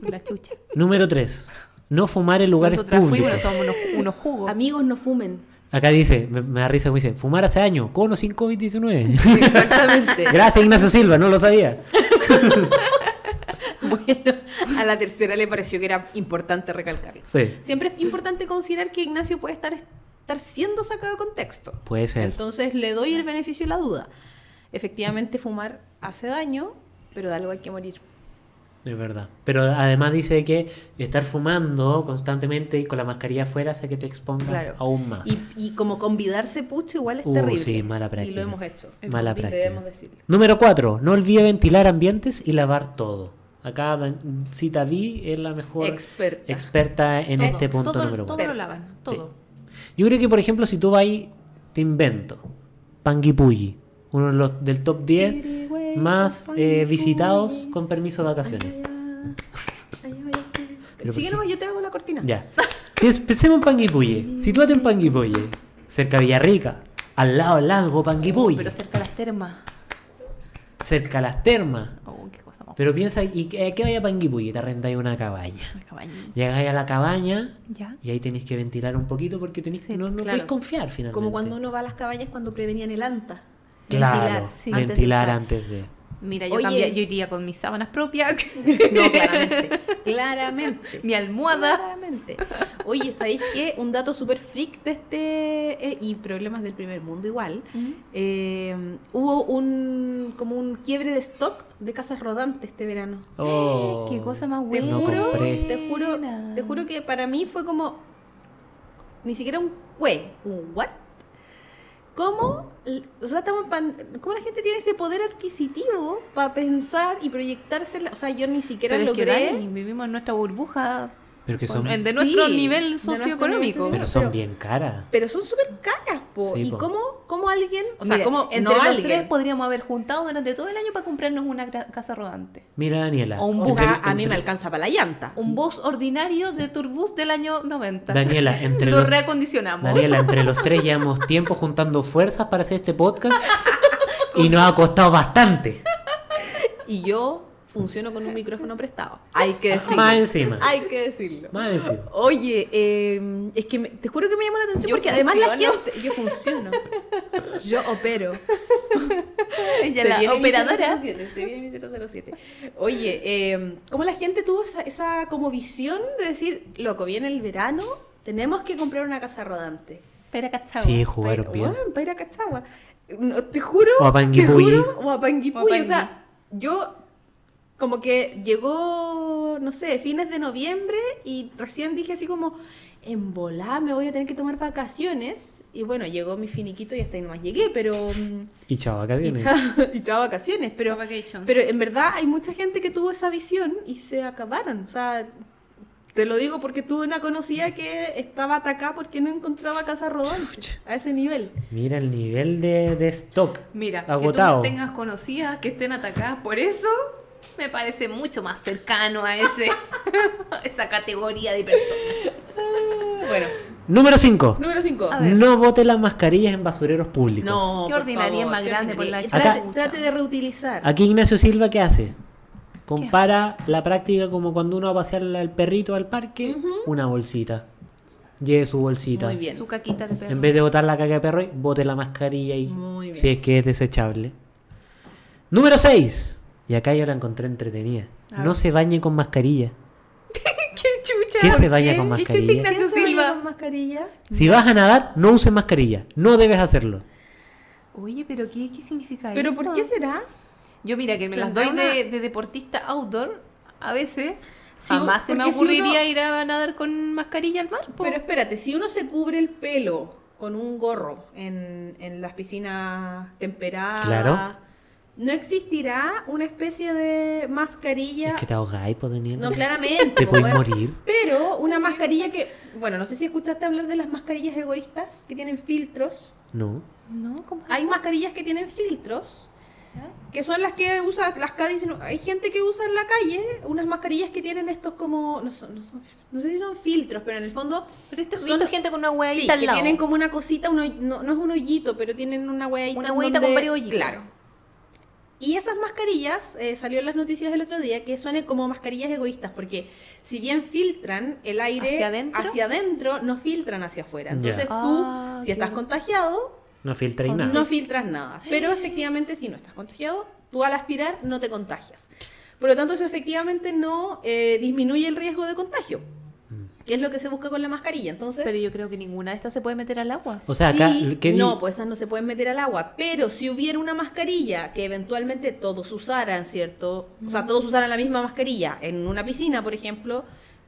por la chucha. Número 3. No fumar en lugares Nosotras públicos. fuimos, nos tomamos unos, unos jugos. Amigos, [LAUGHS] no fumen. Acá dice, me, me da risa como dice, fumar hace años, con o sin COVID-19. Exactamente. [LAUGHS] Gracias Ignacio Silva, no lo sabía. [LAUGHS] Bueno, a la tercera le pareció que era importante recalcarlo. Sí. Siempre es importante considerar que Ignacio puede estar, estar siendo sacado de contexto. Puede ser. Entonces le doy el beneficio de la duda. Efectivamente, fumar hace daño, pero de algo hay que morir. Es verdad. Pero además dice que estar fumando constantemente y con la mascarilla afuera hace que te expongas Claro. aún más. Y, y como convidarse pucho igual es Ah. Uh, terrible. sí, mala práctica. Y lo hemos hecho. Mala Entonces, práctica. Debemos decirlo. Número 4. No olvide ventilar ambientes y lavar todo. Acá Dan- Cita Vi es la mejor Experta. experta en Todo, este punto todo, número todo 4. lo lavan, todo. Yo creo que, por ejemplo, si tú vas ahí, te invento Panguipulli, uno de los del top 10 más eh, visitados con permiso de vacaciones. Pero Sigue ¿por nomás, yo te hago la cortina. Ya. Entonces, Pensemos en Panguipulli. Sitúate en Panguipulli, cerca de Villarrica, al lado del lago Panguipulli, Pero cerca de las termas. cerca a las termas. Oh, qué cosa más. Pero piensa, ¿y qué, qué vaya a Panguipulli? Te arrendáis una cabaña. Una cabaña. Llegáis a la cabaña Ya. y ahí tenéis que ventilar un poquito porque tenéis, Sí, no, no claro. podéis confiar finalmente. Como cuando uno va a las cabañas cuando prevenían el ANTA. Claro, Ventilar, ventilar, antes de usar. sí. antes de... Mira, yo, Oye. cambié- yo iría con mis sábanas propias, [LAUGHS] [LAUGHS] No, claramente. claramente. mi almohada. Claramente. Oye, ¿sabéis qué? Un dato súper freak de este. eh, y problemas del primer mundo igual. Eh, hubo un. como un quiebre de stock de casas rodantes este verano. Oh, qué cosa más Te buena. No juro, compré. te juro, te juro que para mí fue como ni siquiera un cue, un what? ¿Cómo, l- o sea, estamos en pan- cómo la gente tiene ese poder adquisitivo para pensar y proyectarse? la- O sea, yo ni siquiera Pero es que logré. Dani, vivimos en nuestra burbuja Pero que son, en- de Sí, nuestro de nivel nuestro socioeconómico. nivel pero son pero- bien caras. pero son súper caras, po. Sí, ¿Y po. cómo, cómo alguien, o sea, Mira, cómo entre no los alguien? tres podríamos haber juntado durante todo el año para comprarnos una gra- casa rodante. Mira, Daniela. O un o entre- sea, a mí entre- me alcanza para la llanta. Un bus ordinario de Turbus del año 90. Daniela, entre lo los... reacondicionamos. Daniela, entre los tres llevamos tiempo juntando fuerzas para hacer [LAUGHS] este podcast y nos ha costado bastante. Y yo funciono con un micrófono prestado. Hay que decirlo. Más encima. Hay que decirlo. Más encima. Oye, eh, es que me- te juro que me llama la atención Yo porque además la funciono. gente. Yo [LAUGHS] funciono. Yo opero. Ella, Se la viene mi operadora. 007, se viene mi 007. Oye, eh, ¿cómo la gente tuvo esa, esa como visión de decir, loco, viene el verano, tenemos que comprar una casa rodante? Espera, cachao. Sí, Para ir- jugaron bien. Weón, para ir a Cachagua. No, te juro. O a Panguipulli. te juro, O a Panguipulli. O a Pangui. O sea, yo como que llegó, no sé, fines de noviembre y recién dije así como, en volá me voy a tener que tomar vacaciones. Y bueno, llegó mi finiquito y hasta ahí nomás llegué, pero... mm, Y chao, acá Y viene. estaba- [LAUGHS] y estaba vacaciones, pero... Pero- Pero en verdad hay mucha gente que tuvo esa visión y se acabaron. O sea, te lo digo porque tuve una conocida que estaba atacada porque no encontraba casa rodante a ese nivel. Mira el nivel de, de stock. Mira, agotado. que tú tengas conocidas que estén atacadas por eso, me parece mucho más cercano a ese [LAUGHS] esa categoría de personas. Bueno, Número 5. número 5. A ver. No bote las mascarillas en basureros públicos. No, Qué por ordinaria favor, más qué grande por la ordinaria. chucha. trate, trate de reutilizar. Aquí Ignacio Silva, ¿qué hace? Compara la práctica como cuando uno va a pasear al perrito al parque, una bolsita. Lleve su bolsita. Muy bien. Su caquita de perro. En vez de botar la caca de perro, bote la mascarilla ahí. Muy bien. Si es que es desechable. Número 6. Y acá yo la encontré entretenida. A No ver. se bañe con mascarilla. ¿Qué chucha? ¿Qué se ¿Por baña qué? con ¿Qué mascarilla? chucha Ignacio ¿Quién se baña Silva? con mascarilla? Si vas a nadar, no uses mascarilla. No debes hacerlo. Oye, pero ¿qué, qué significa ¿Pero eso? por qué será? Yo mira que me las doy Tendrá de, de deportista outdoor a veces. Si Jamás un- se me porque si ocurriría uno- ir a nadar con mascarilla al mar. po. Pero espérate, si uno se cubre el pelo con un gorro en, en las piscinas temperadas, Claro. ¿no existirá una especie de mascarilla? Es que te ahogáis, pues, Daniel. No, claramente. Te pues, podéis bueno. morir. Pero una mascarilla que, bueno, no sé si escuchaste hablar de las mascarillas egoístas que tienen filtros. No. No, ¿cómo es Hay eso? mascarillas que tienen filtros, ¿Ya? que son las que usa, las que dicen, hay gente que usa en la calle unas mascarillas que tienen estos como, no, son- no son- no sé si son filtros, pero en el fondo Pero este son- visto gente con una huevita Sí, al que lado. tienen como una cosita, un hoy- no, no es un hoyito, pero tienen una huevita. Una en huevita donde- con varios hoyitos. Claro. Y esas mascarillas, eh, salió en las noticias el otro día, que son eh, como mascarillas egoístas, porque si bien filtran el aire ¿Hacia adentro? hacia adentro, no filtran hacia afuera. Ya. Entonces Ah, tú, si estás claro. contagiado, No filtréis nada. no filtras nada. Pero efectivamente, si no estás contagiado, tú al aspirar no te contagias. Por lo tanto, eso efectivamente no eh, disminuye el riesgo de contagio, Mm. que es lo que se busca con la mascarilla. Entonces, Pero yo creo que ninguna de estas se puede meter al agua. O sea, acá, Sí, ¿qué di- no, pues esas no se pueden meter al agua. Pero si hubiera una mascarilla que eventualmente todos usaran, ¿cierto? O Mm. sea, todos usaran la misma mascarilla en una piscina, por ejemplo,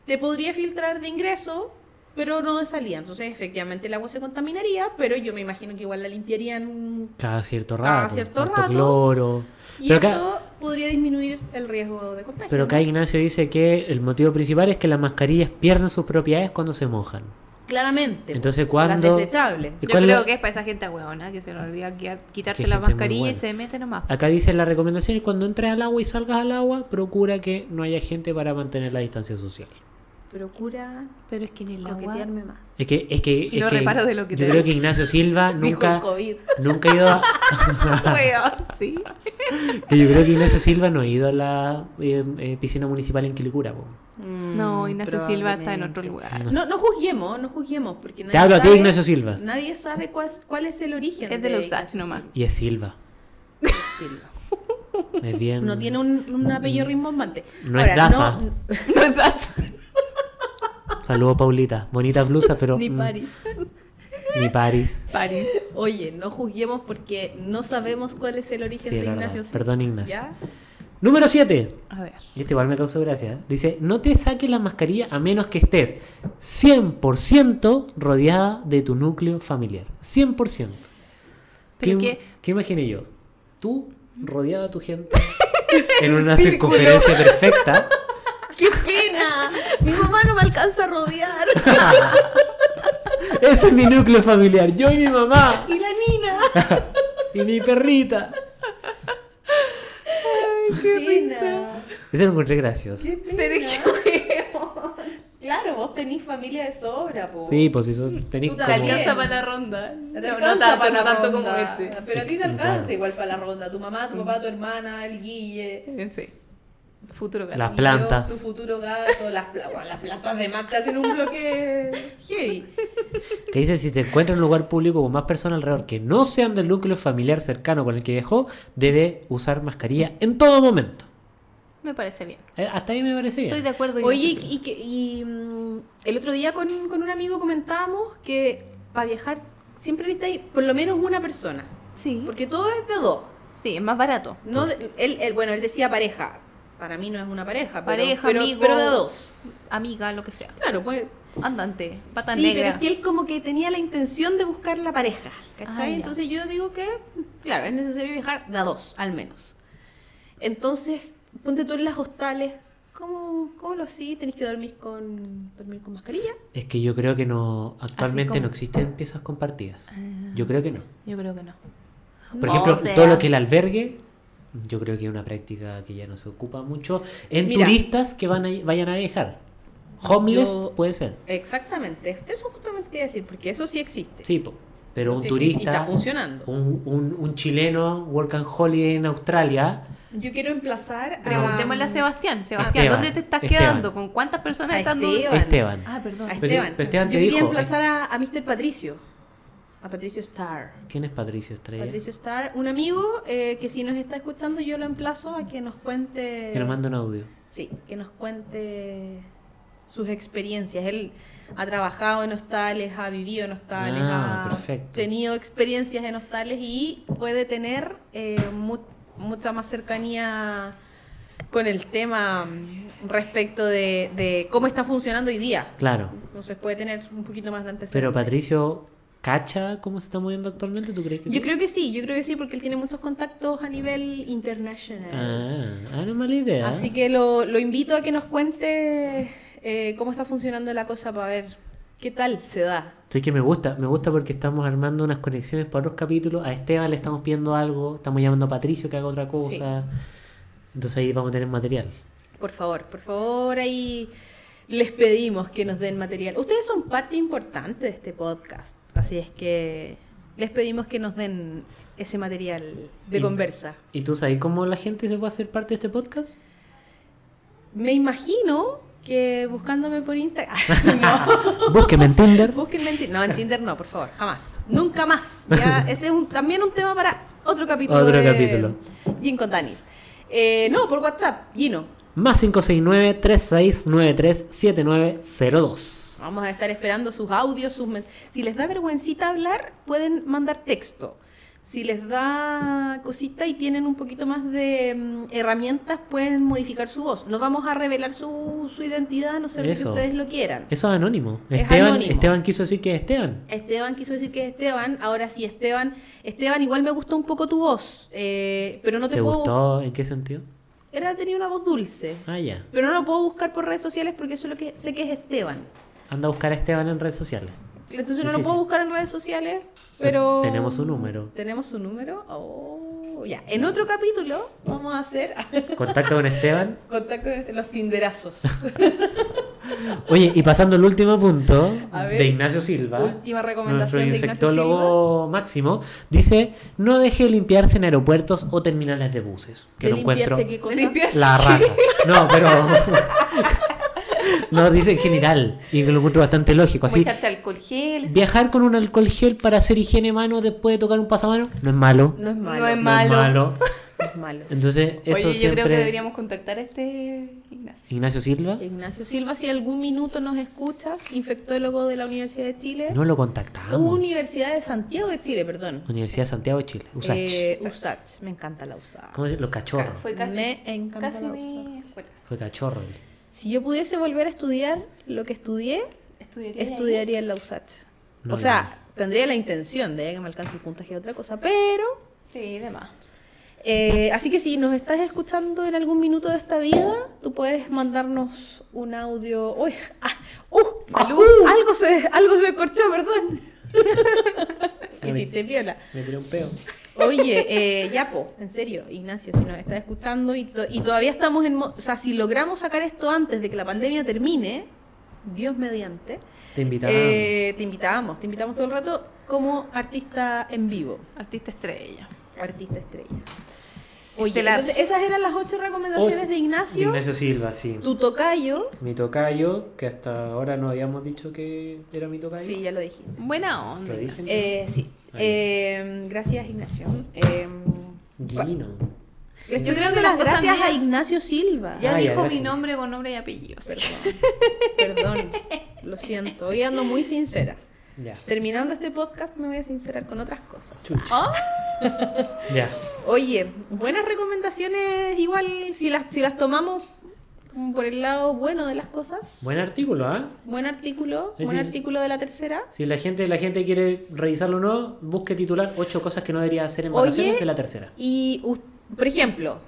te podría filtrar de ingreso, pero no de salida. Entonces, efectivamente, el agua se contaminaría, pero yo me imagino que igual la limpiarían. Cada cierto rato. Cada cierto harto rato. cloro. Y Pero acá- eso podría disminuir el riesgo de contagio. Pero ¿no? acá Ignacio dice que el motivo principal es que las mascarillas pierden sus propiedades cuando se mojan. Claramente. Entonces, las cuando- desechables. ¿Y Yo cuál creo la- que es para esa gente huevona que se le olvida quitar- quitarse Que la gente muy mascarilla y buena. Ah. se mete nomás. Acá dice la recomendación es cuando entres al agua y salgas al agua, procura que no haya gente para mantener la distancia social. Procura Pero es que en el agua... coquetearme más. Es que, es que, es No que reparo de lo que te yo creo digo. que Ignacio Silva Dijo nunca, el [LAUGHS] COVID. nunca ha ido a, [LAUGHS] Weón, sí. que yo creo que Ignacio Silva no ha ido a la eh, eh, piscina municipal en Quilicura. po. Mm, No, Ignacio Silva está en otro lugar. lugar. No. No, no juzguemos, no juzguemos, porque nadie Te hablo a ti, sabe- Ignacio Silva. Nadie sabe cuál, es- cuál es el origen. Es de los Sachs Ignacio nomás. Y es Silva. Silva. Es bien. No tiene un, un apellido rimbombante. Em, mm, No es Daza. no- [LAUGHS] No es así. Saludo Paulita. Bonitas blusas, pero. [LAUGHS] ni mm, París. Ni París. París. Oye, no juzguemos porque no sabemos cuál es el origen Sí, de es verdad. Ignacio Silva. Perdón, Ignacio. ¿Ya? Número 7. A ver. Y este igual me causó gracia. ¿eh? Dice, no te saques la mascarilla a menos que estés 100% rodeada de tu núcleo familiar. 100%. Pero ¿Qué, qué- qué imaginé yo? Tú rodeada de tu gente en una circunferencia perfecta. ¡Qué pena! Mi mamá no me alcanza a rodear. Ese es mi núcleo familiar. Yo y mi mamá y la Nina. y mi perrita. ¡Qué pena! Ese lo encontré gracioso. Pero es que Claro, vos tenés familia de sobra, po. Sí, pues eso tenéis Tú como... te te alcanza Bien. para la ronda. No, No, no alcanza tanto, para no la tanto como ronda, este. Pero a ti te Claro. alcanza igual para la ronda. Tu mamá, tu papá, tu hermana, el guille. Eh, Sí. Futuro gato. Las y plantas. yo, tu futuro gato, las, pla- bueno, las plantas de más te hacen un bloque heavy. Que dice, si te encuentras en un lugar público con más personas alrededor que no sean del núcleo familiar cercano con el que viajó, debe usar mascarilla en todo momento. Me parece bien. Eh, hasta ahí me parece bien. Estoy de acuerdo. Oye, Ignacio, sí. y, y que- y, mm, el otro día con, con un amigo comentábamos que para viajar siempre necesitáis por lo menos una persona. Sí, Porque todo es de dos. sí, es más barato. No de- él, él- bueno, él decía pareja. Para mí no es una pareja, pero, Pareja, pero, amigo. pero de dos. Amiga, lo que sea. Claro, pues Andante, pata sí, pero negra. es que él como que tenía la intención de buscar la pareja, ¿cachai? Ah, ya. Entonces yo digo que, claro, es necesario viajar de a dos, al menos. Entonces, ponte tú en las hostales, ¿cómo, cómo lo así? ¿Tenés que dormir con, dormir con mascarilla? Es que yo creo que no, actualmente como- no existen piezas compartidas. Ah. Yo creo que no. Yo creo que no. Por O ejemplo, sea- todo lo que el albergue, yo creo que es una práctica que ya no se ocupa mucho en Mira. turistas que van a- vayan a viajar. Homeless Yo- puede ser. Exactamente, eso justamente quería decir, porque eso sí existe. Sí, po. pero Eso un sí existe, y turista, está funcionando. un, un- un chileno work and holiday en Australia, Yo quiero emplazar Preguntémosle a Sebastián. Sebastián, Ah, Esteban, ¿dónde te estás Esteban. quedando? ¿Con cuántas personas A están Esteban. Esteban. Ah, perdón. a Pero- Esteban. pero Esteban yo te quería dijo, emplazar a, a Mr. Patricio. A Patricio Starr. ¿Quién es Patricio Estrella? Patricio Starr, un amigo eh, que si nos está escuchando, yo lo emplazo a que nos cuente. Que nos manda un audio. Sí, que nos cuente sus experiencias. Él ha trabajado en hostales, ha vivido en hostales, Ah, ha perfecto. tenido experiencias en hostales y puede tener eh, mu- mucha más cercanía con el tema mm, respecto de, de cómo está funcionando hoy día. Claro. Entonces puede tener un poquito más de antecedentes. Pero Patricio, ¿cacha cómo se está moviendo actualmente? ¿Tú crees que sí? Yo creo que sí, yo creo que sí, porque él tiene muchos contactos a nivel internacional. Ah, ah, no es mala idea. Así que lo, lo invito a que nos cuente eh, cómo está funcionando la cosa para ver qué tal se da. Estoy que me gusta, me gusta porque estamos armando unas conexiones para otros capítulos. A Esteban le estamos pidiendo algo, estamos llamando a Patricio que haga otra cosa. Entonces ahí vamos a tener material. Por favor, por favor, ahí les pedimos que nos den material. Ustedes son parte importante de este podcast, así es que les pedimos que nos den ese material de Y- conversa. ¿Y tú sabes cómo la gente se puede hacer parte de este [GASPS] podcast? Me imagino que buscándome por [LAUGHS] Instagram... [LAUGHS] no. Búsqueme en Tinder. Búsquenme en Tinder. No, en Tinder no, por favor, jamás. Nunca más. Ya, [LAUGHS] ese es un- también un tema para otro capítulo. Otro de capítulo. Gin con Danis. Eh, no, por WhatsApp, Gino. Más 569-3693-7902. Vamos a estar esperando sus audios, sus mens- Si les da vergüencita hablar, pueden mandar texto. Si les da cosita y tienen un poquito más de mm, herramientas, pueden modificar su voz. No vamos a revelar su, su identidad, a no sé que Eso. ustedes lo quieran. Eso es anónimo. Es Esteban, anónimo. Esteban quiso decir que es Esteban. Esteban quiso decir que es Esteban, ahora sí Esteban. Esteban, igual me gustó un poco tu voz, eh, pero no te, ¿Te puedo... gustó? ¿En qué sentido? Era tenía una voz dulce, Ah, ya. pero no lo puedo buscar por redes sociales porque eso es lo que sé que es Esteban. Anda a buscar a Esteban en redes sociales. Entonces no lo Difícil. puedo buscar en redes sociales, pero... Tenemos su número. Tenemos su número. Oh, ya, en otro capítulo vamos a hacer [LAUGHS] Contacto con Esteban. contacto de los tinderazos. [LAUGHS] Oye, y pasando al último punto A ver, de Ignacio Silva. última recomendación de Nuestro Ignacio infectólogo máximo dice, no deje limpiarse en aeropuertos o terminales de buses. Que De lo encuentro limpiarse, ¿qué cosa? Limpiarse. la raja. No, pero... [LAUGHS] no, dice en general. Y que lo encuentro bastante lógico. Como Así, echarse alcohol gel. viajar con un alcohol gel para hacer higiene de mano después de tocar un pasamano no es malo. No es malo. No es No es malo. malo. es malo. Entonces, eso Oye, yo siempre... creo que deberíamos contactar a este Ignacio. Ignacio Silva, Ignacio Silva, si algún minuto nos escuchas, infectólogo de la Universidad de Chile. no lo contactamos. Universidad de Santiago de Chile, perdón. Universidad de Santiago de Chile, USACH. Eh, USACH. Me encanta la USACH. ¿Cómo se dice? Los cachorros. Fue casi, Me encanta casi la mi USACH. escuela. Fue cachorro. él. Si yo pudiese volver a estudiar lo que estudié, Estudiaría ahí. estudiaría en la USACH. No, o sea, tendría la intención de que me alcance el puntaje de otra cosa, pero... Sí, demás. eh, así que si nos estás escuchando en algún minuto de esta vida, tú puedes mandarnos un audio. ¡Uy! ah, ¡Uh! Salud. Algo se, algo se corchó, perdón. [LAUGHS] Hiciste viola. Me tiré un peo. Oye, eh, Yapo, en serio, Ignacio, si nos estás escuchando y, to- y todavía estamos en... mo- O sea, si logramos sacar esto antes de que la pandemia termine, Dios mediante, Te invitaba. eh, te invitamos, te invitamos todo el rato como artista en vivo, Artista estrella. artista estrella. Oye, Estelar. entonces esas eran las ocho recomendaciones Oh, de Ignacio, Ignacio Silva, sí. tu tocayo. Mi tocayo, que hasta ahora no habíamos dicho que era mi tocayo. Sí, ya lo dijiste. Buena onda. Lo dije. Ignacio. Eh, sí, Ahí. Eh, gracias Ignacio. Eh, Guino. les Yo creo estoy dando que las las cosas gracias mías- a Ignacio Silva. Ya Ah, ya, dijo mi gracias. nombre con nombre y apellido. así que- [LAUGHS] Perdón, lo siento. Hoy ando muy sincera. Ya. Terminando este podcast me voy a sincerar con otras cosas. Chucha. Oh, Ya. Oye, buenas recomendaciones igual si las, si las tomamos como por el lado bueno de las cosas. Buen artículo, ¿ah? Buen artículo, Es buen el- artículo de la tercera. Si la gente, la gente quiere revisarlo o no, busque titular ocho cosas que no debería hacer en vacaciones Oye, de la tercera. y us- por ejemplo,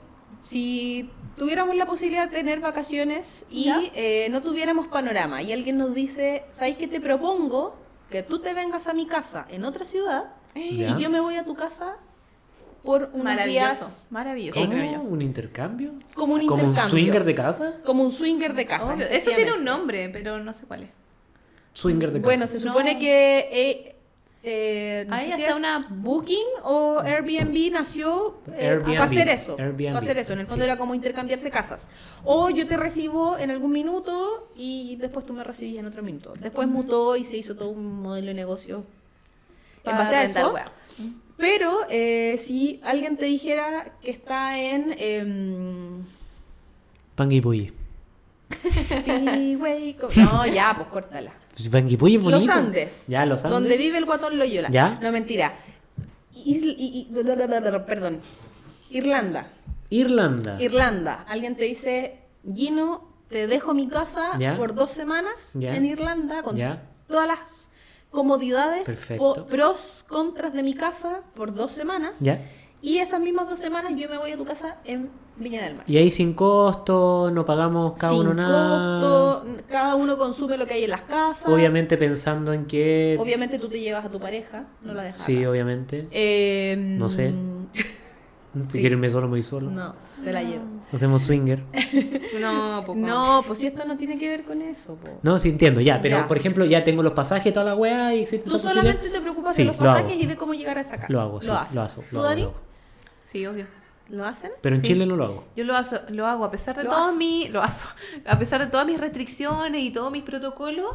si tuviéramos la posibilidad de tener vacaciones y ¿Ya? eh, no tuviéramos panorama y alguien nos dice, ¿sabes qué te propongo? Que tú te vengas a mi casa en otra ciudad Ya. y yo me voy a tu casa por unos días maravilloso. Maravilloso, ¿Cómo? creo yo. ¿Un intercambio? como un ¿Como un intercambio. swinger de casa? Como un swinger de casa. Obvio, Eso tiene un efectivamente. nombre, pero no sé cuál es. Swinger de casa. Bueno, se No. supone que eh, eh, no Ahí sé si está es una- Booking o Airbnb nació eh, Airbnb. para hacer eso. Airbnb. Para hacer eso. En el fondo Sí. era como intercambiarse casas. O yo te recibo en algún minuto y después tú me recibís en otro minuto. Después mutó y se hizo todo un modelo de negocio. en Para base a eso. arrendar, weón. Pero eh, si alguien te dijera que está en [LAUGHS] em, Panguipulli. Pigüey, [LAUGHS] co- No, ya, pues córtala. Pues Panguipulli es bonito. Los Andes. Ya, los Andes. Donde vive el guatón Loyola. Ya. No, mentira. Isl- i- i- bla, bla, bla, bla, perdón. Irlanda. Irlanda. Irlanda. Alguien te dice, Gino, te dejo mi casa Ya. por dos semanas Ya. en Irlanda con Ya. todas las comodidades, Perfecto. po- pros, contras de mi casa por dos semanas. ya. Y esas mismas dos semanas yo me voy a tu casa en Viña del Mar. Y ahí sin costo, no pagamos cada Sin uno nada. costo, cada uno consume lo que hay en las casas. Obviamente pensando en que. Obviamente tú te llevas a tu pareja, no la dejas. Sí, acá. obviamente. Eh, No sé. Si sí. quieren me solo, me voy solo. No, te la llevo. Hacemos swinger. No, poco. No, pues si esto no tiene que ver con eso. po. No, sí entiendo, ya. Pero, Ya. por ejemplo, ya tengo los pasajes, toda la weá y existe Tú esa posibilidad. solamente te preocupas Sí, de los lo hago. pasajes y de cómo llegar a esa casa. Lo hago, sí, lo, haces. hago, ¿Tú, lo hago, Dani? lo hago. Sí, obvio. ¿Lo hacen? Pero en Sí. Chile no lo hago. Yo lo, hago, lo hago a pesar de Lo todos hago. mis, lo hago, [LAUGHS] a pesar de todas mis restricciones y todos mis protocolos,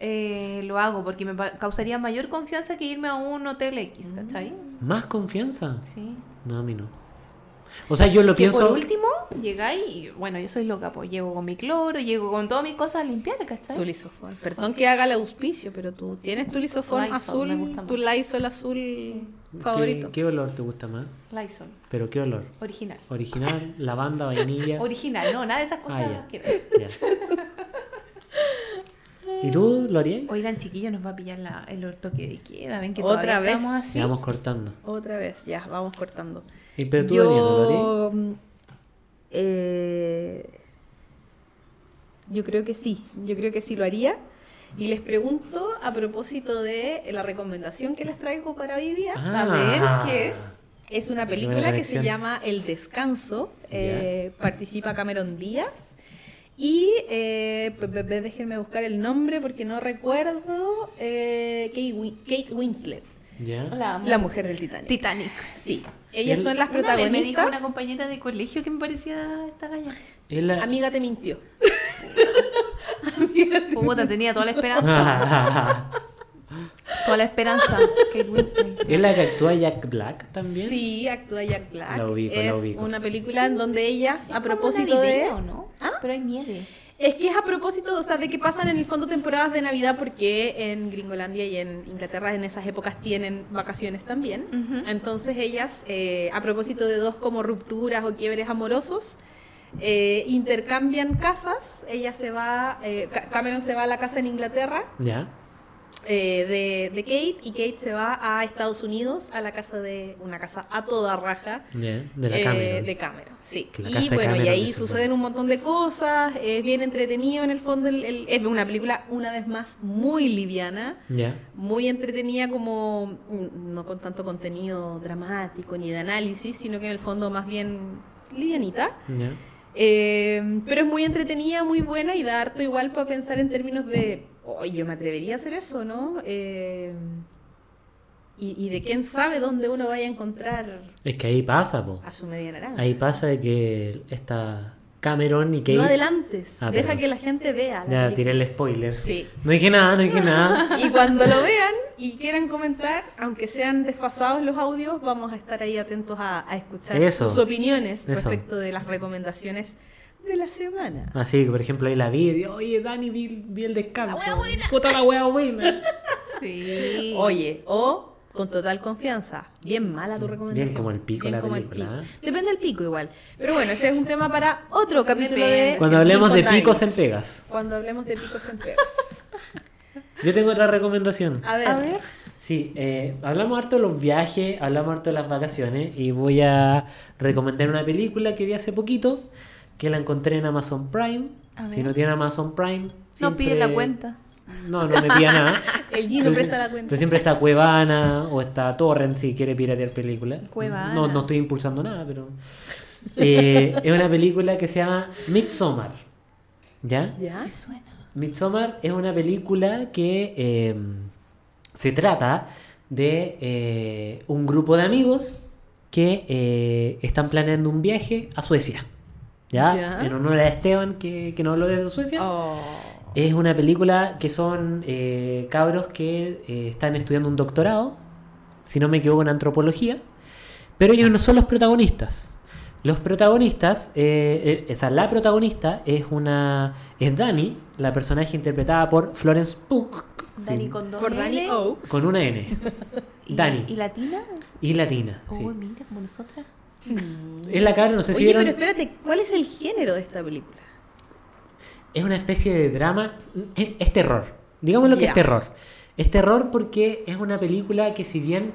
eh, lo hago porque me pa- causaría mayor confianza que irme a un hotel X, ¿cachai? Mm. ¿Más confianza? Sí. No, a mí no. O sea, yo lo Que pienso. por último, llegáis y bueno, yo soy loca, pues llego con mi cloro, llego con todas mis cosas limpiadas, ¿cachai? Tu lisofón. Perdón que haga el auspicio, pero tú tienes tu lisofón Lysol, azul, me gusta tu mucho. Lysol azul ¿qué- favorito. ¿Qué, olor te gusta más? Lysol, ¿Pero qué olor? original. ¿Original? ¿Lavanda? ¿Vainilla? Original, no, nada de esas Ah, cosas. ya. que- Ya. ¿Y tú lo harías? Oigan, chiquillos, nos va a pillar la- el toque de queda. Ven que ¿Otra todavía vez? estamos así. Sigamos cortando. Otra vez, ya, vamos cortando. ¿Y pero tú, Daniel, no lo harías? yo... mm, eh, yo creo que sí, yo creo que sí lo haría. Y les pregunto a propósito de la recomendación que les traigo para hoy día. A Ah. ver, ¿qué es? Es una Qué buena película que se conexión. llama El Descanso. eh, participa Cameron Díaz. Y eh, pe- pe- pe- déjenme buscar el nombre porque no recuerdo. eh, Kate Win- Kate Winslet, ¿Ya? La, la mujer del Titanic. Titanic. sí, ellas El- son las Una vez me dijo una protagonistas. compañera de colegio que me parecía esta [LAUGHS] galla. Es la- [LAUGHS] Amiga te mintió. Puta, tenía toda la esperanza. toda la [LAUGHS] esperanza. Kate Winslet. Eh, ¿Es la que actúa Jack Black también? Sí, actúa Jack Black. La ubico, es la ubico. una película en donde ellas, a Es propósito como de... ¿Ah? navideo, ¿no? Pero hay nieve. Es que es a propósito, o sea, de que pasan en el fondo temporadas de Navidad porque en Gringolandia y en Inglaterra en esas épocas tienen vacaciones también. Ujú. Entonces ellas, eh, a propósito de dos como rupturas o quiebres amorosos, eh, intercambian casas. Ella se va, eh, Ca- Cameron se va a la casa en Inglaterra ¿Ya? eh, de, de Kate y Kate se va a Estados Unidos a la casa de una casa a toda raja ¿Ya? De la eh, Cameron. de Cameron, sí. Que la casa y de bueno, y Cameron ahí es suceden súper- un montón de cosas, es bien entretenido en el fondo, el- el- es una película una vez más muy liviana, ¿Ya? muy entretenida como, mm, no con tanto contenido dramático ni de análisis, sino que en el fondo más bien livianita. ¿Ya? Eh, pero es muy entretenida, muy buena y da harto igual para pensar en términos de, oye, yo me atrevería a hacer eso, ¿no? Eh, y, y de quién sabe dónde uno vaya a encontrar Es que ahí pasa, po. a su media naranja. Ahí pasa de que esta Cameron y Kate... No adelantes, Ah, deja perdón. que la gente vea. Ya, la película. tiré el spoiler. Sí. No dije nada, no dije [LAUGHS] nada. Y cuando lo vean y quieran comentar, aunque sean desfasados los audios, vamos a estar ahí atentos a, a escuchar Eso. sus opiniones Eso. respecto de las recomendaciones de la semana. Así que, por ejemplo, ahí la vi y digo, oye, Dani, vi, vi el descanso. Puta la [LAUGHS] wea buena. Sí. Oye, o con total confianza, bien mala tu recomendación. como el pico la como el película, ¿eh? pico. Depende del pico igual. Pero bueno, ese es un tema para otro capítulo de... Depende. Cuando hablemos de Nice. picos en pegas. Cuando hablemos de picos en pegas. Yo tengo otra recomendación. A ver. A ver. Sí, eh, hablamos harto de los viajes, hablamos harto de las vacaciones y voy a recomendar una película que vi hace poquito, que la encontré en Amazon Prime. A Si ver. no tiene Amazon Prime... No siempre- pide la cuenta. No, no me pida nada. [LAUGHS] El Gino Pero presta si- la cuenta. pero siempre está Cuevana o está Torrent si quiere piratear películas. Cuevana. No, no estoy impulsando nada, pero... [LAUGHS] Eh, es una película que se llama Midsommar. ¿Ya? ¿Ya? Midsommar es una película que eh, se trata de eh, un grupo de amigos que eh, están planeando un viaje a Suecia. ¿Ya? Ya. En honor a Esteban, que, que nos habló desde Suecia. Oh. Es una película que son eh, cabros que eh, están estudiando un doctorado si no me equivoco, en antropología. Pero ellos no son los protagonistas. Los protagonistas, eh, eh, esa la protagonista es una es Dani, la personaje interpretada por Florence Pugh, Dani sin- con dos Por L Danny Oaks. con una N [LAUGHS] y, Dani. y latina. y latina. Uy, sí. mira, como nosotras. Es la cara, no sé si Oye, vieron. pero espérate, ¿cuál es el género de esta película? Es una especie de drama. Es, es terror. Digámoslo que es Ya. terror. Es terror porque es una película que si bien.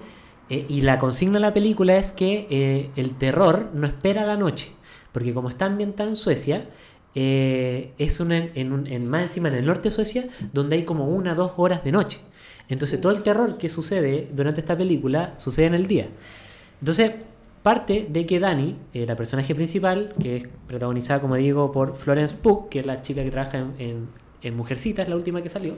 eh, y la consigna de la película es que eh, el terror no espera la noche. Porque como está ambientada en Suecia, eh, es una, en un- en- más encima en el norte de Suecia, donde hay como una dos horas de noche. Entonces todo el terror que sucede durante esta película sucede en el día. Entonces, parte de que Dani, eh, la personaje principal, que es protagonizada, como digo, por Florence Pugh, que es la chica que trabaja en, en, en Mujercitas, la última que salió,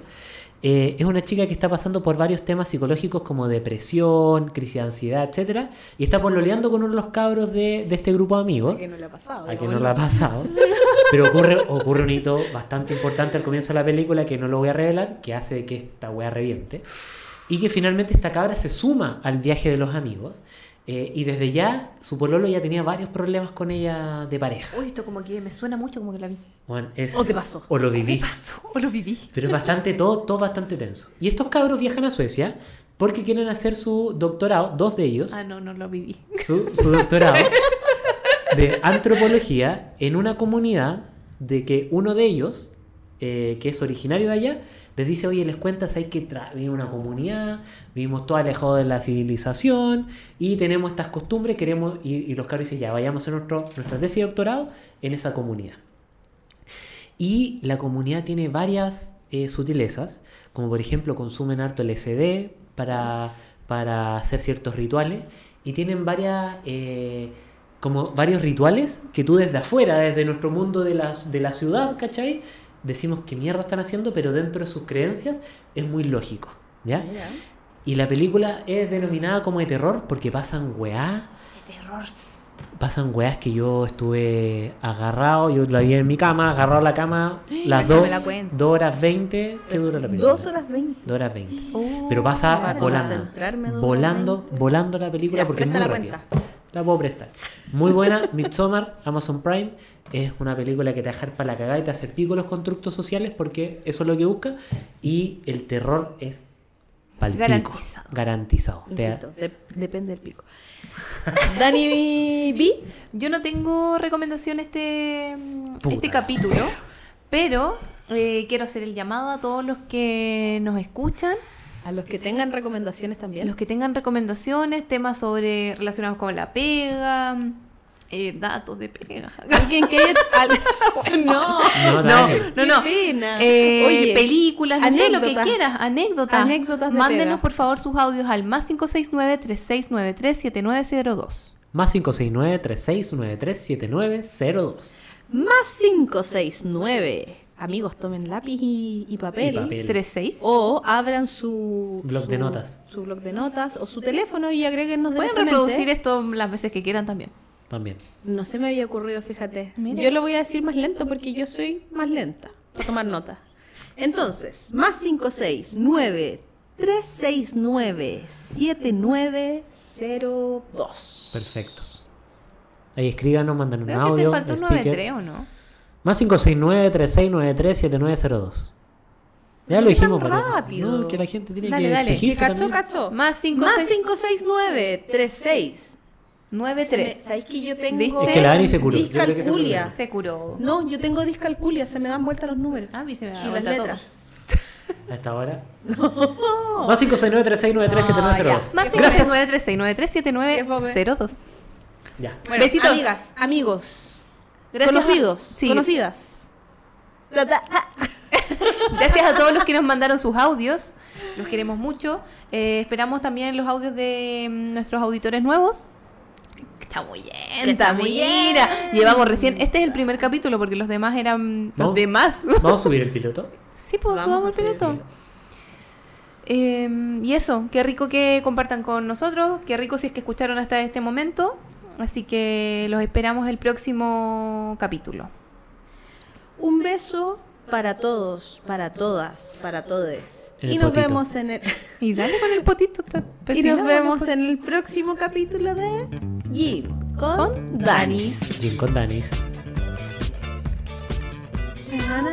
eh, es una chica que está pasando por varios temas psicológicos como depresión, crisis de ansiedad, etcétera, y está pololeando con uno de los cabros de, de este grupo de amigos Que no le ha pasado. a que digamos. no la ha [LAUGHS] pasado. Pero ocurre, ocurre un hito bastante importante al comienzo de la película que no lo voy a revelar, que hace de que esta wea reviente. Y que finalmente esta cabra se suma al viaje de los amigos. eh, y desde ya su pololo ya tenía varios problemas con ella de pareja. Uy, esto como que me suena mucho como que la vi. Juan, es- ¿O te Oh, pasó? O lo viví. O lo viví. Pero es bastante, todo, todo bastante tenso. Y estos cabros viajan a Suecia porque quieren hacer su doctorado, dos de ellos Ah, no, no lo viví. su, su doctorado de antropología en una comunidad de que uno de ellos, eh, que es originario de allá, les dice, oye, les cuentas, hay que tra- vivimos en una comunidad, vivimos todo alejado de la civilización y tenemos estas costumbres, queremos, y, y los caros dicen, ya, vayamos a nuestro, nuestra tesis de doctorado en esa comunidad. Y la comunidad tiene varias eh, sutilezas, como por ejemplo consumen harto LSD para, para hacer ciertos rituales y tienen varias, eh, como varios rituales que tú desde afuera, desde nuestro mundo de la, de la ciudad, ¿cachai? Decimos qué mierda están haciendo, pero dentro de sus creencias es muy lógico, Ah, ¿ya? Mira. Y la película es denominada como de terror porque pasan weá, Qué terror. pasan weas que yo estuve agarrado, yo la vi en mi cama, agarrado a la [GASPS] cama, las Déjame dos, la cuenta. dos horas 20, ¿qué dura la película? Dos horas veinte. Dos horas 20. Oh, Pero pasa Para volando, concentrarme dos horas volando, 20. volando la película Ya, porque es muy presta la rápida. La puedo prestar. Muy buena, [LAUGHS] Midsommar, Amazon Prime, es una película que te va a dejar para la cagada y te hace pico los constructos sociales porque eso es lo que busca y el terror es pal pico, Garantizado. garantizado. Te- Insisto, de- depende del [LAUGHS] pico. Dani B. Yo no tengo recomendación este, Puta este la capítulo, pero eh, quiero hacer el llamado a todos los que nos escuchan, A los que tengan recomendaciones también. los que tengan recomendaciones, temas sobre relacionados con la pega, eh, datos de pega. Alguien que haya. [LAUGHS] al- [LAUGHS] [LAUGHS] no. No, dale. No, no. Qué pena. Eh, Oye, películas, no sé, lo que anécdotas. quieras, anécdotas. Anécdotas de Mándenos pega. por favor sus audios al más 569-3693-7902. Más 569-3693-7902. Más 569. Amigos, tomen lápiz y, y papel. Y papel. 36. O abran su Blog de su- notas. Su blog de notas o su teléfono y agréguenos Pueden directamente. reproducir esto las veces que quieran también. También. No se me había ocurrido, fíjate. Mira. Yo lo voy a decir más lento porque yo soy más lenta para tomar nota. Entonces, más 569 369 7902. Perfecto. Ahí escríbanos, mandan un Creo que audio. te faltó un sticker. 93 o no. Más 569-3693-7902. Ya lo ¿Por qué tan dijimos, pero- rápido? No, que la gente tiene Dale, que dale. Que exigirse cachó, también. cachó. Más cinco, Más seis- 569 36 Se me- 9-3. ¿Sabes que yo tengo ¿Viste? Es que la Dani se curó. Yo creo que se curó. discalculia? Se curó. No, yo tengo discalculia, se me dan vuelta los números. Ah, a mí se me da y las vuelta todo. letras. A esta hora. Más 569-3693-7902. Más Gracias. 569-3693-7902. Ya. Bueno, Besitos. amigas, amigos, Gracias a- conocidos, sí. conocidas. Ta, ta, ta. Gracias a todos los que nos mandaron sus audios. Los queremos mucho. Eh, esperamos también los audios de mm, nuestros auditores nuevos. ¡Qué Chamuyenta, chamuyera! mira. Llevamos recién. Este es el primer capítulo porque los demás eran. ¿No? Los demás. Vamos a subir el piloto. sí, pues Vamos subamos el a subir el piloto. Eh, y eso, qué rico que compartan con nosotros. Qué rico si es que escucharon hasta este momento. Así que los esperamos el próximo capítulo. Un beso para todos, para todas, para todes. En el Y nos potito. vemos en el Y dale con el potito. está y pecinado nos con vemos el en el próximo capítulo de Gin con, Danis. Bien con Danis. Ana.